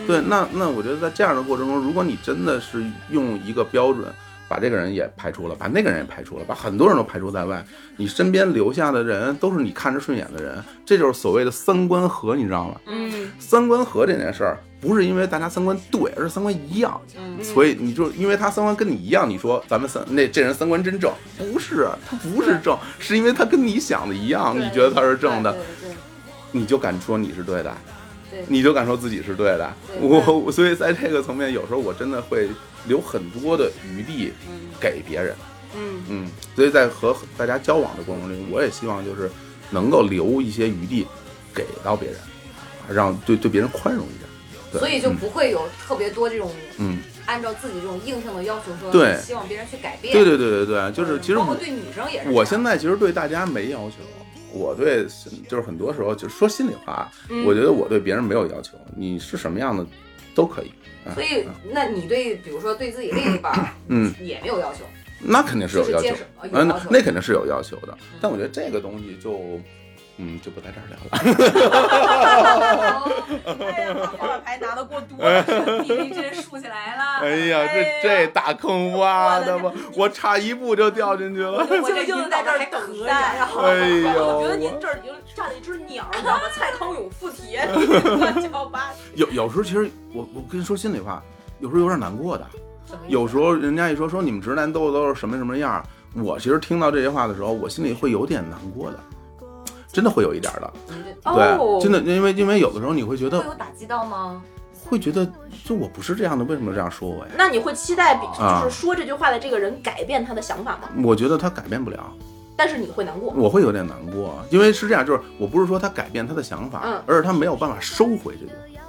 对，那那我觉得在这样的过程中，如果你真的是用一个标准。把这个人也排除了，把那个人也排除了，把很多人都排除在外。你身边留下的人都是你看着顺眼的人，这就是所谓的三观合，你知道吗？嗯三观合这件事儿，不是因为大家三观对，而是三观一样。嗯所以你就因为他三观跟你一样，你说咱们三那这人三观真正，不是他不是正，是因为他跟你想的一样，你觉得他是正的，你就敢说你是对的，你就敢说自己是对的。我我所以在这个层面，有时候我真的会留很多的余地给别人。嗯嗯，所以在和大家交往的过程中，我也希望就是能够留一些余地给到别人，啊让对对别人宽容一点。对所以就不会有特别多这种嗯，按照自己这种硬性的要求说，对希望别人去改变。对对对对对，就是其实包括我对女生也是这样。我现在其实对大家没要求，我对就是很多时候就是说心里话，嗯我觉得我对别人没有要求，你是什么样的都可以。啊所以，那你对比如说对自己另一半儿， 嗯，也没有要 求，那肯定是有要求就是接受，哦有嗯，要那求那肯定是有要求的。但我觉得这个东西就，嗯，就不在这儿聊了。 哎呀，方法牌拿的过多了，比例真竖起来了。 哎呀，这这大坑挖的吧，我差一步就掉进去了。 我这就在这儿等待。啊哎 我觉得您呦，这儿已经站了一只鸟，你知道吗？蔡康永附 体，乱七八糟。有有时候其实我我跟你说心里话，有时候有点难哎过的。什么意思有时候人家一说说你们直男都都是什么什么样儿，我其实听到这些话的时候，我心里会有点难过的，真的会有一点儿的。哦对，真的，因为因为有的时候你会觉会得有打击到吗？会觉得，就我不是这样的，为什么这样说我呀？那你会期待比啊就是说这句话的这个人改变他的想法吗？我觉得他改变不了，但是你会难过。我会有点难过，因为是这样，就是我不是说他改变他的想法，嗯而是他没有办法收回这句话，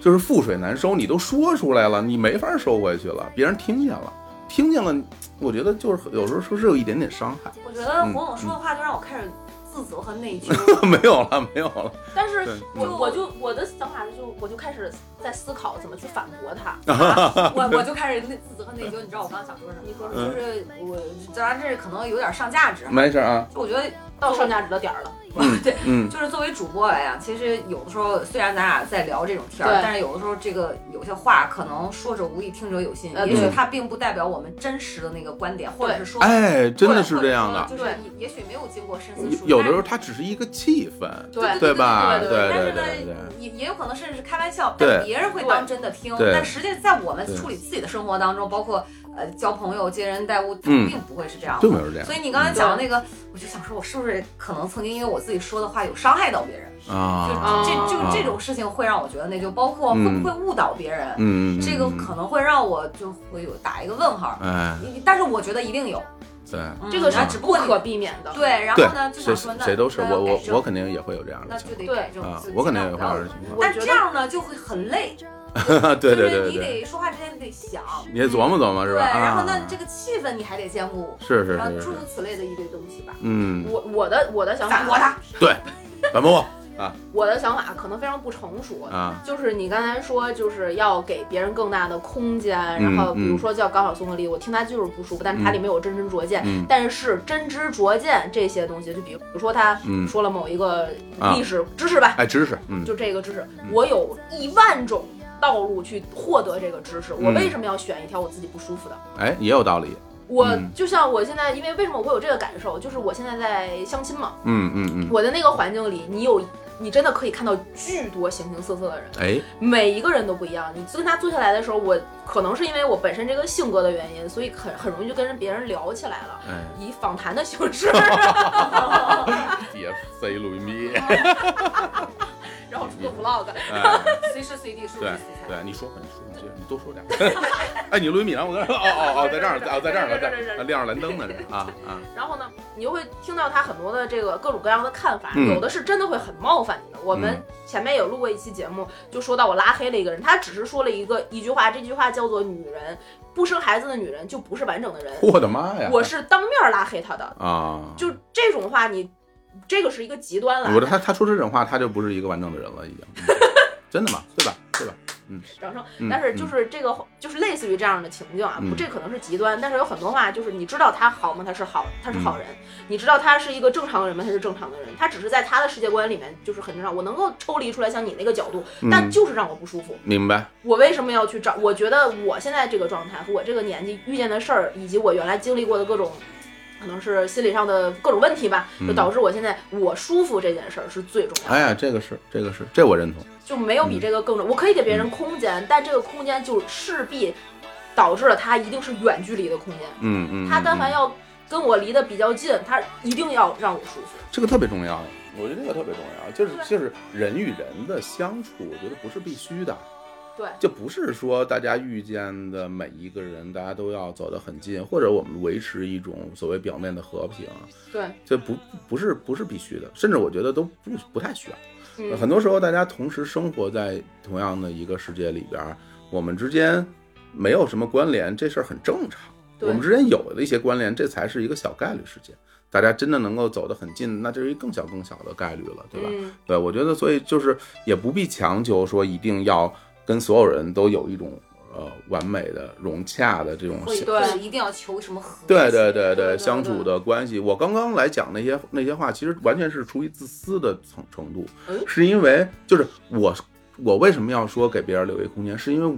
就是覆水难收。你都说出来了，你没法收回去了，别人听见了，听见了，我觉得就是有时候说是有一点点伤害， 我觉得黄总说的话就让我开始自责和内疚， 没有了，没有了。但是对我嗯我就我的想法就我就开始在思考怎么去反驳他。啊 我我就开始那自责和内疚，你知道我刚想说什么？你说就是我，当然这可能有点上价值哈，嗯没事啊，就我觉得到上价值的点儿了。嗯，就是作为主播来讲，其实有的时候虽然咱俩在聊这种天儿对，但是有的时候这个有些话可能说者无意，听者有心，呃也许对它并不代表我们真实的那个观点，或者是说，哎，真的是这样的。或者说就是也许没有经过深思熟虑，有的时候它只是一个气氛，对对吧？对对但对是呢对对，也也有可能甚至是开玩笑，对但别人会当真的听。对但实际在我们对处理自己的生活当中，包括呃交朋友、接人待物，它嗯并不会是这样就的。没有这样所以你刚才讲的那个，我就想说，我是不是可能曾经因为我自己说的话有伤害到别人？啊。这就啊这种事情会让我觉得那就包括会嗯不会误导别人，嗯，嗯这个嗯可能会让我就会有打一个问号。哎，但是我觉得一定有，对嗯这个是那只不过你不可避免的。对，然后对呢，，就谁想说那谁都是那要我我改正我肯定也会有这样的那情就得对改正况啊就，我肯定尽也会量不要有这有种情我但觉这得样呢就会很累， 况。啊对对对就是你对，得说话之前你得想，你得琢磨琢磨是对，吧？啊然后呢这个气氛你还得兼顾，是是然后是诸是如，此类的一堆东西吧。嗯，我我的我的想反驳法，他，对，反驳我我的想法可能非常不成熟，啊，就是你刚才说，就是要给别人更大的空间，嗯然后比如说叫高晓松的例，我听他就是不舒服，但是他里面有真知灼见，嗯但是真知灼见这些东西，就比如说他嗯说了某一个啊历史知识吧，哎，知识，嗯就这个知识，我有一万种道路去获得这个知识，我嗯为什么要选一条我自己不舒服的？哎，也有道理，我嗯就像我现在，因为为什么我会有这个感受，就是我现在在相亲嘛，嗯嗯嗯，我的那个环境里，你有你真的可以看到巨多形形色色的人。哎，每一个人都不一样。你跟他坐下来的时候，我可能是因为我本身这个性格的原因，所以很很容易就跟别人聊起来了， 哎，以访谈的形 式，也塞录音笔，然后出个 vlog。哎， 随时随地说对对，你说吧，你说，你接着，你多说点。哎，你录音笔呢？我在这儿，哦哦哦，在这儿，哦，在这儿呢，在亮着蓝灯呢，这啊啊，然后呢，你就会听到他很多的这个各种各样的看法，嗯有的是真的会很冒犯你的。我们嗯前面有录过一期节目，就说到我拉黑了一个人，他只是说了一个一句话，这句话叫做“女人不生孩子的女人就不是完整的人我的妈”，呀！我是当面拉黑他的，啊，就这种话你。这个是一个极端了，我这他他说这种话，他就不是一个完整的人了，已经，嗯真的吗？对吧？对吧？掌声嗯。但是就是这个，就是类似于这样的情境啊，嗯不，这可能是极端，但是有很多话就是你知道他好吗？他是好，他是好嗯人，你知道他是一个正常人吗？他是正常的人，他只是在他的世界观里面就是很正常。我能够抽离出来，像你那个角度，但嗯就是让我不舒服。明白，我为什么要去找？我觉得我现在这个状态和我这个年纪遇见的事儿，以及我原来经历过的各种。可能是心理上的各种问题吧，嗯就导致我现在我舒服这件事儿是最重要的。哎呀，这个是这个是，这我认同，就没有嗯比这个更重。我可以给别人空间，但这个空间就势必导致了他一定是远距离的空间。嗯嗯，他但嗯凡要跟我离得比较近，他一定要让我舒服。这个特别重要，我觉得这个特别重要，就是就是人与人的相处，我觉得不是必须的。对就不是说大家遇见的每一个人，大家都要走得很近，或者我们维持一种所谓表面的和平，对，这不不是不是必须的，甚至我觉得都不不太需要。嗯很多时候大家同时生活在同样的一个世界里边儿，我们之间没有什么关联，这事儿很正常。对我们之间有的一些关联，这才是一个小概率事件。大家真的能够走得很近，那这是一更小更小的概率了，对吧？嗯，对，我觉得所以就是也不必强求说一定要跟所有人都有一种呃完美的融洽的这种会对会一定要求什么和对谐对对对对相处的关系，我刚刚来讲那些那些话，其实完全是出于自私的程程度，嗯是因为就是我我为什么要说给别人留一空间，是因为我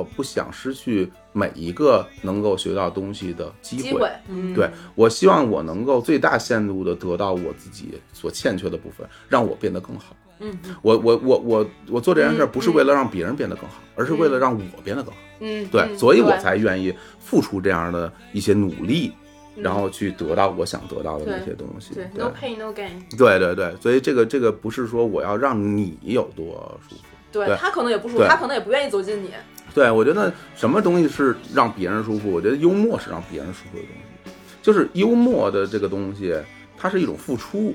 我不想失去每一个能够学到东西的机机会，嗯，对我希望我能够最大限度的得到我自己所欠缺的部分，让我变得更好。嗯，我我我我我做这件事儿嗯不是为了让别人变得更好，而是为了让我变得更好。嗯，对，嗯所以我才愿意付出这样的一些努力，嗯然后去得到我想得到的那些东西。对对，no pain no gain，对对对，所以这个这个不是说我要让你有多舒服。对对他可能也不舒服，对他可能也不愿意走近你。对我觉得什么东西是让别人舒服？我觉得幽默是让别人舒服的东西，就是幽默的这个东西，它是一种付出，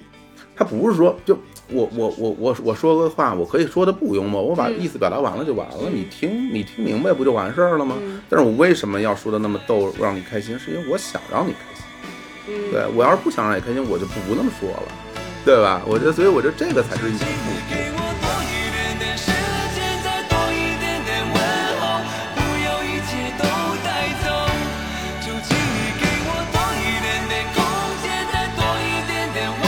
它不是说就我我我我我说个话，我可以说的不幽默，我把嗯意思表达完了就完了，你听你听明白不就完事儿了吗？嗯但是我为什么要说的那么逗，让你开心？是因为我想让你开心。嗯，对我要是不想让你开心，我就不那么说了，对吧？我觉得，所以我觉得这个才是一种付出。给我多一点点时间，再多一点点问候，不要一切都带走。就请你给我多一点点空间，再多一点点温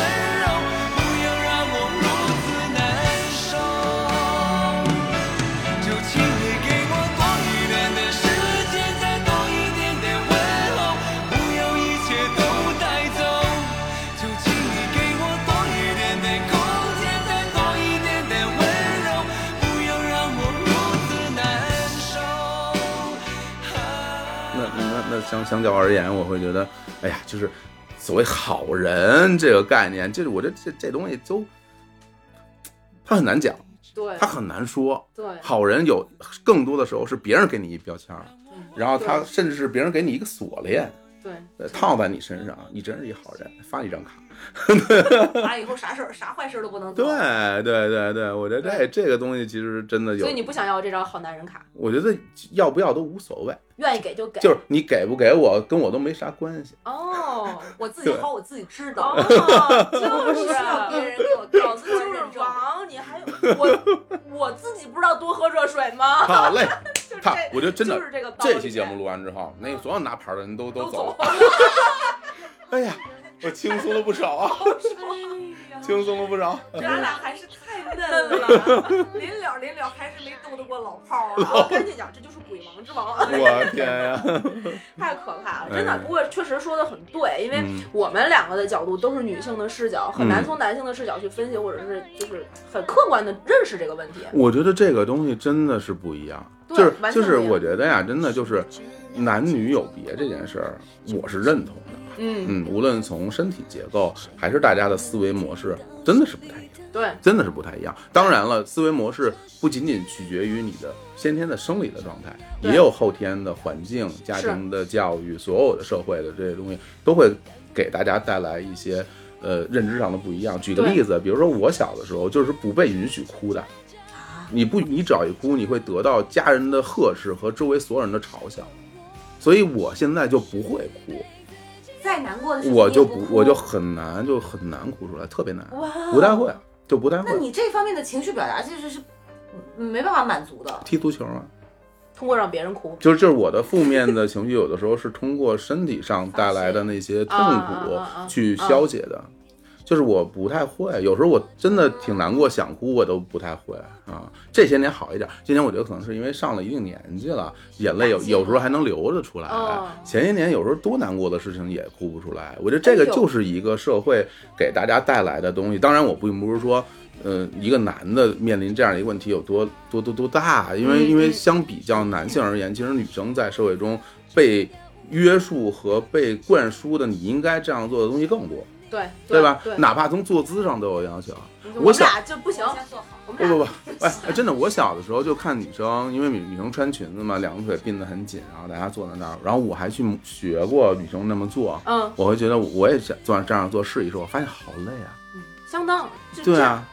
相相较而言，我会觉得，哎呀，就是所谓好人这个概念，就是我这这这东西都，它很难讲，对它很难说。对好人有更多的时候是别人给你一标签儿，然后他甚至是别人给你一个锁链，嗯对，呃套在你身上，你真是一好人，发你张卡。完了以后啥事儿啥坏事儿都不能做。对对对对，我觉得这这个东西其实真的有所以，你不想要这张好男人卡，我觉得要不要都无所谓，愿意给就给，就是你给不给我跟我都没啥关系。 哦。我自己好，我自己知道。哦，就不是需要别啊，人给我告诉就我是认证。王，你 还有我，我自己不知道多喝热水吗？好嘞， 就是他这，我觉得真的就是这个道理哎这期节目录完之后，那个所有拿牌的人都都都走走了。 哎呀，我轻松了不少啊，啊 轻松了不少。咱俩还是太嫩 了，临了临了还是没斗得过老炮 儿啊。 我跟你讲，这就是鬼王之王啊！我天呀！太可怕了，真的哎。不过确实说的很对，因为嗯我们两个的角度都是女性的视角，很难嗯从男性的视角去分析，或者是就是很客观的认识这个问 题。我觉得这个东西真的是不一样，对就是完全就不一样是我觉得呀，真的就是男女有别这件事儿，我是认同的。嗯，嗯，无论从身体结构还是大家的思维模式，真的是不太一样，对，真的是不太一样。当然了，思维模式不仅仅取决于你的先天的生理的状态，对也有后天的环境、家庭的教育、所有的社会的这些东西，都会给大家带来一些呃认知上的不一样。举个对例子，比如说我小的时候就是不被允许哭的。你不，你只要一哭，你会得到家人的呵斥和周围所有人的嘲笑，所以我现在就不会哭。再难过的事情我就你也不不，哭我就很难，就很难哭出来，特别难，哇哦，不太会，就不太那会。你这方面的情绪表达其实是没办法满足的。踢足球嘛，通过让别人哭就是就是我的负面的情绪，有的时候是通过身体上带来的那些痛苦啊啊啊啊去消解的，就是我不太会，有时候我真的挺难过，想哭我都不太会啊。这些年好一点，今年我觉得可能是因为上了一定年纪了，眼泪有有时候还能流着出来哦。前些年有时候多难过的事情也哭不出来，我觉哎得这个就是一个社会给大家带来的东西。当然，我并不是说。呃，一个男的面临这样一个问题有多多多多大？因嗯为因为相比较男性而言，其实女生在社会中被约束和被灌输的你应该这样做的东西更多，对对吧？对，哪怕从坐姿上都有要求。我们小俩就不行，我不们不俩不，哎，真的，我小的时候就看女生，因为女女生穿裙子嘛，两个腿并得很紧，然后大家坐在那儿，然后我还去学过女生那么做，嗯，我会觉得我也想做这样做试一试，我发现好累啊。相当就对这样啊，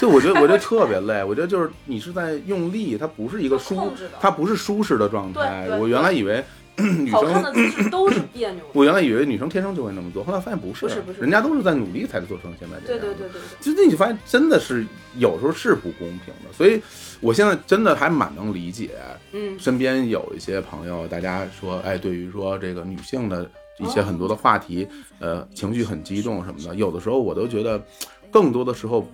就我觉得我觉得特别累，我觉得就是你是在用力，它不是一个舒控制的，它不是舒适的状态对。对我原来以为嗯女好看的生，姿势都是别扭的。我原来以为女生天生就会那么做，后来发现不是，不是不是人家都是在努力才做成现在这对样。对对对就那你发现真的是有时候是不公平的，所以我现在真的还蛮能理解， 嗯，身边有一些朋友，大家说，哎，对于说这个女性的一些很多的话题，呃，情绪很激动什么的，有的时候我都觉得，更多的时候，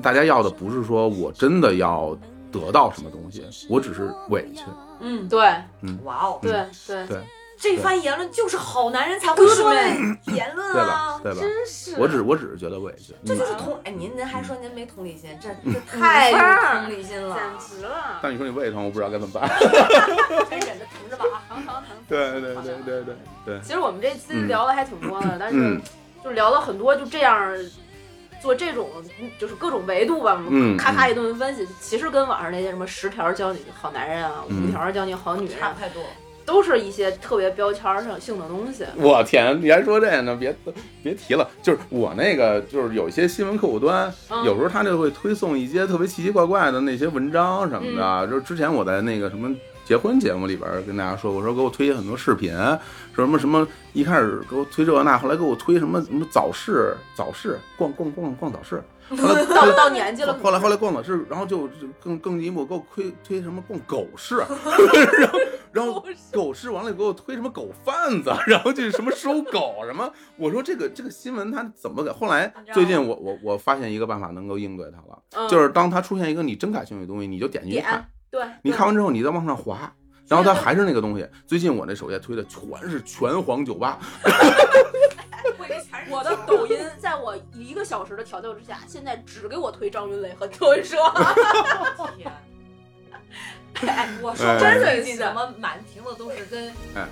大家要的不是说我真的要得到什么东西，我只是委屈。嗯，对哇哦，嗯对对，对这番言论就是好男人才会说的言论对吧啊？，对吧？是我只我只是觉得委屈，这就是嗯同哎，您您还说您没同理 心，这这太有同理心 了，啊简直了，但你说你胃疼，我不知道该怎么办。哎忍着疼着吧啊！疼疼疼。 对对对对对对，其实我们这期聊的还挺多的，但是嗯就聊了很多，就这样做这种就是各种维度吧，我们嗯咔咔一顿分析，其实跟网上那些什么十条教你好男人啊，嗯五条教你好女 人差啊不，太多，都是一些特别标签上性的东西。我天，你还说这呢？别别提了，就是我那个，就是有一些新闻客户端，嗯有时候他就会推送一些特别奇奇怪怪的那些文章什么嗯的。就是之前我在那个什么结婚节目里边跟大家说，我说给我推荐很多视频，说什么什么，一开始给我推这个那，后来给我推什么什么早市，早市逛逛逛逛早 市，后来到到年纪了，后来后来逛早市，然后就就更更进一步给我推推什么逛狗 市，然后然后狗市完了给我推什么狗贩子，然后就是什么收狗什么，我说这个这个新闻它怎么给？后来最近我我我发现一个办法能够应对它了，嗯就是当它出现一个你真感兴趣的东西，你就点进去看点，对，你对看完之后你再往上滑。然后它还是那个东西。最近我那首页推的全是拳皇酒吧，我的抖音，在我一个小时的调教之下，现在只给我推张云雷和德云社。 天！哎，我说哎 真的，怎么满屏的都是跟哎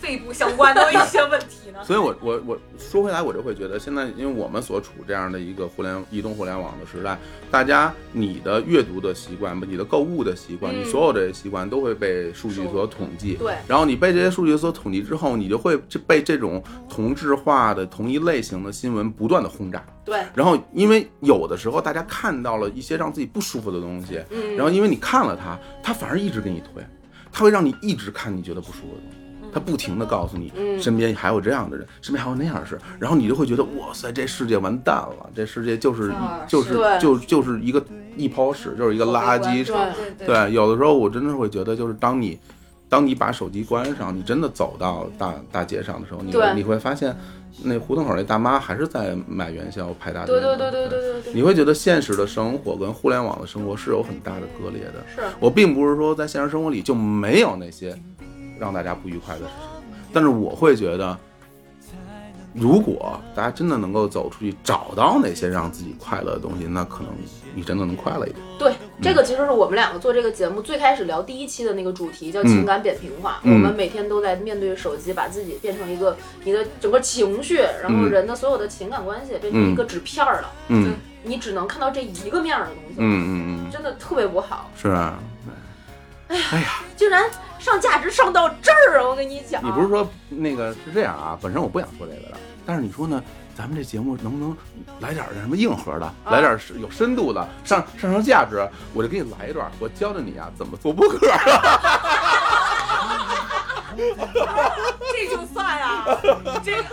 肺部相关的一些问题 呢？所以我，我我说回来，我就会觉得，现在因为我们所处这样的一个互联移动互联网的时代，大家你的阅读的习惯、你的购物的习惯，嗯你所有这些习惯都会被数据所统计。对然后你被这些数据所统计之后，你就会这被这种同质化的同一类型的新闻不断的轰炸。对，然后，因为有的时候大家看到了一些让自己不舒服的东西，嗯然后因为你看了它，它反而一直给你推，它会让你一直看你觉得不舒服的东西。嗯它不停的告诉你，身边还有这样的人，身边还有那样的事，然后你就会觉得，哇塞，这世界完蛋了，这世界就是啊就是是对就就是一个一泡屎，就是一个垃圾对场。对对对，对，有的时候我真的会觉得，就是当你当你把手机关上，你真的走到大大街上的时候，你对你会发现，那胡同口那大妈还是在卖元宵、排大队对呢。对对对对对对，你会觉得现实的生活跟互联网的生活是有很大的割裂的。是我并不是说在现实生活里就没有那些让大家不愉快的事情，但是我会觉得，如果大家真的能够走出去，找到那些让自己快乐的东西，那可能你真的能快乐一点。对，这个其实是我们两个做这个节目最开始聊第一期的那个主题，叫嗯情感扁平化。嗯我们每天都在面对手机，把自己变成一个你的整个情绪，然后嗯人的所有的情感关系变成一个纸片儿了，嗯你只能看到这一个面儿的东西，嗯嗯嗯，真的特别不好。是啊。竟然上价值上到这儿，我跟你讲，你不是说那个是这样啊？本身我不想说这个的，但是你说呢？咱们这节目能不能来点儿什么硬核的，来点儿是有深度的，上上升价值？我就给你来一段，我教教你啊，怎么做播客。 这就算啊，这个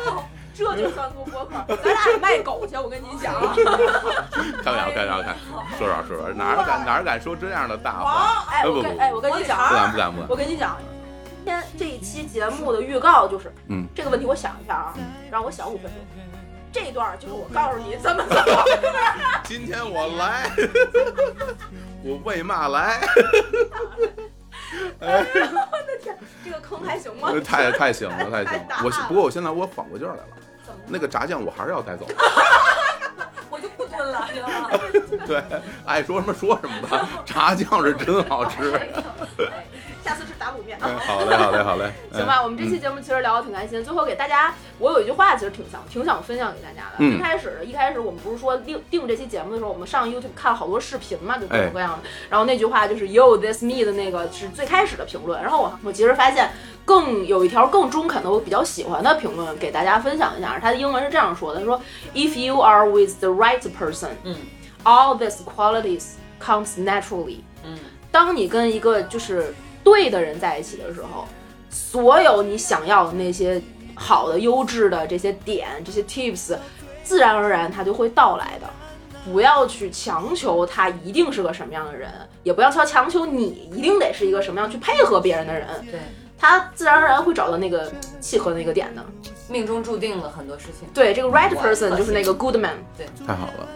这就算做博客，咱俩卖狗去，我跟你讲，看不了，看不了，看，说说说说，哪儿敢哪儿敢说这样的大话？哎，不我不不跟，哎，我跟你讲不啊，敢不敢不我敢。跟你讲，今天这一期节目的预告就是，嗯，这个问题我想一下啊，让我想五分钟。这一段就是我告诉你怎么走， 今天我 来，我为嘛来？这个坑还行吗？太太行了，太行了太大。我了不过我现在我缓过劲儿来了，那个炸酱我还是要带走。我就不蹲了，知道吗？ 对，爱说什么说什么吧，炸酱是真 好吃。下次吃打卤面啊。哎好嘞，好嘞，好嘞。哎行吧，我们这期节目其实聊的挺开心。最后给大家，我有一句话其实挺想挺想分享给大家的。嗯一开始一开始我们不是说定定这期节目的时候，我们上 YouTube 看了好多视频嘛，就各哎种各样的。然后那句话就是 “You this me” 的那个是最开始的评论。然后我我其实发现更有一条更中肯的，我比较喜欢的评论给大家分享一下。它的英文是这样说的：说 “If you are with the right person，嗯，all these qualities comes naturally。”嗯，当你跟一个就是对的人在一起的时候，所有你想要的那些好的、优质的这些点、这些 tips，自然而然它就会到来的。不要去强求他一定是个什么样的人，也不要说强求你一定得是一个什么样去配合别人的人，对，他自然而然会找到那个契合的那个点的。命中注定了很多事情。对，这个 right 哇 person 就是那个 good man，太好了，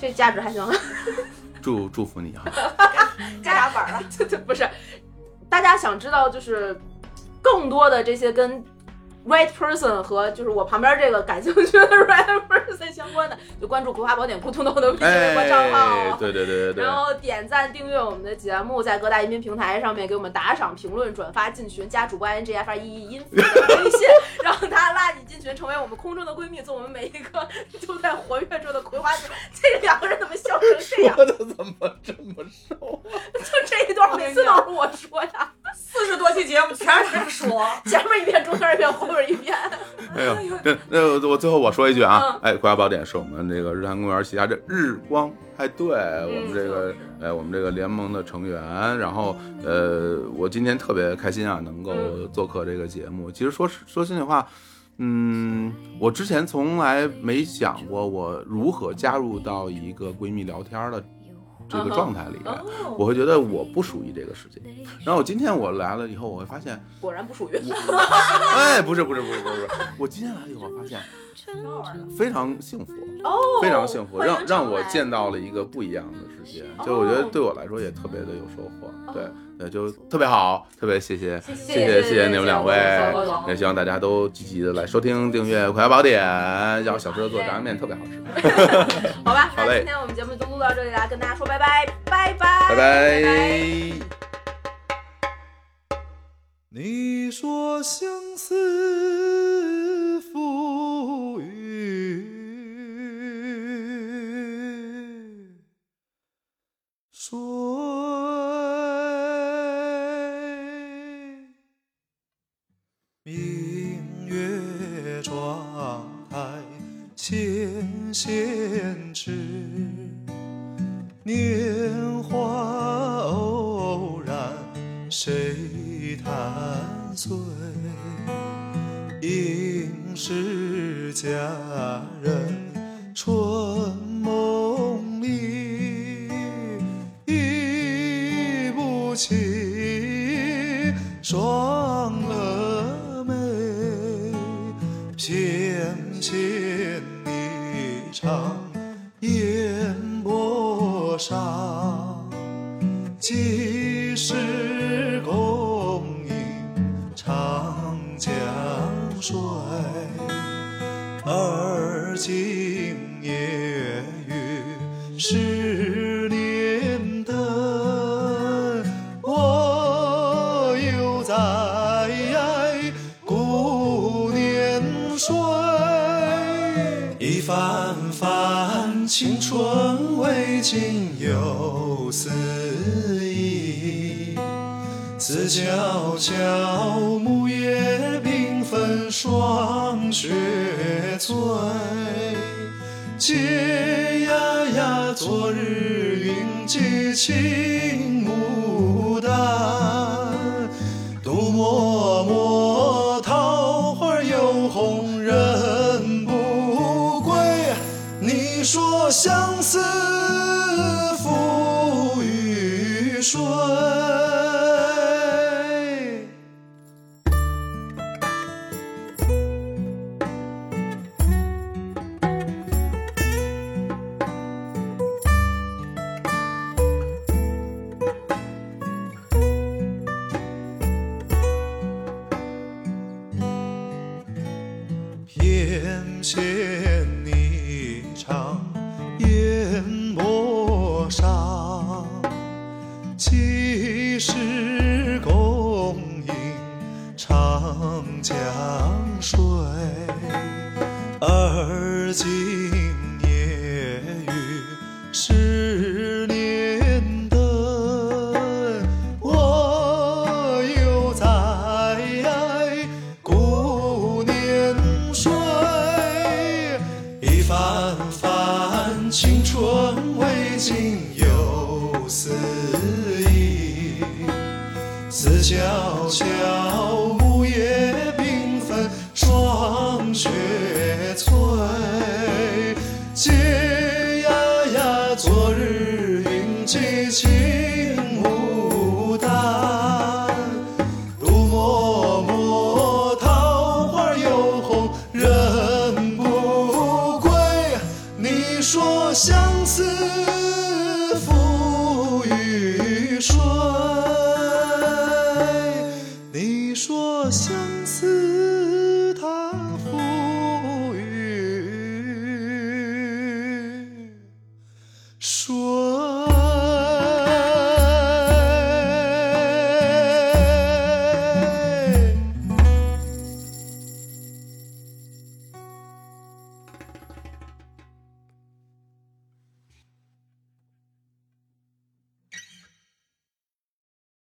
这价值还行。祝祝福 你啊！加俩板儿啊了，对，不是，大家想知道就是更多的这些跟 right person 和就是我旁边这个感兴趣的 right person 相关的，就关注《葵花宝典》咕咚咚的微博账号。哎对对对对对然， 后点赞、订阅我们的节目，在各大音频平台上面给我们打赏、评论、转发、进群，加主播 i n g f r e e 音符的微信，让他拉你进群，成为我们空中的闺蜜，做我们每一个都在活跃中的葵花籽。这两个人怎么笑成这样？说的怎么这么瘦？啊就这一段，每次都是我说呀。四十多期节目全是他说，前面一遍，中间一遍，后边一遍。 哎呦，这那我我最后我说一句啊嗯，哎，国家宝典是我们这个日坛公园旗下这日光派对，我们这个哎我们这个联盟的成员，然后呃，我今天特别开心啊，能够做客这个节目。其实说实说心里话。嗯，我之前从来没想过我如何加入到一个闺蜜聊天的这个状态里面，我会觉得我不属于这个世界。然后今天我来了以后，我会发现，果然不属于。哎，不是不是不是不是，不是我今天来以后发现非常幸福，哦非常幸福，欢迎让让我常来见到了一个不一样的世界。就我觉得对我来说也特别的有收获，对对，就特别好，特别谢谢 谢谢谢谢谢你们两位谢谢谢，谢也希望大家都积极的来收听、订阅《葵花宝典》，要小时候做炸酱面特别好吃，好吧，好那嘞今天我们节目就录到这里啦，跟大家说拜拜，拜拜，拜拜拜拜。你说相思赋予谁？明月窗台纤纤指，年华偶然谁弹碎？应是佳人春梦里，忆不起双蛾眉，纤纤一场烟波上。几时共饮长江水？而今夜雨十年灯，我犹在故年岁，一番番青春未尽又思忆。此悄悄木叶缤纷霜雪醉，嗟呀呀，昨日云髻青牡丹，独默默桃花又红人不归。你说相思赋予谁？翩跹霓裳烟波上，几时共饮长江水？而今夜雨十年灯，我犹在故年岁，一番番青春未尽又思忆，思悄悄木叶缤纷霜雪催，嗟呀呀，昨日云髻青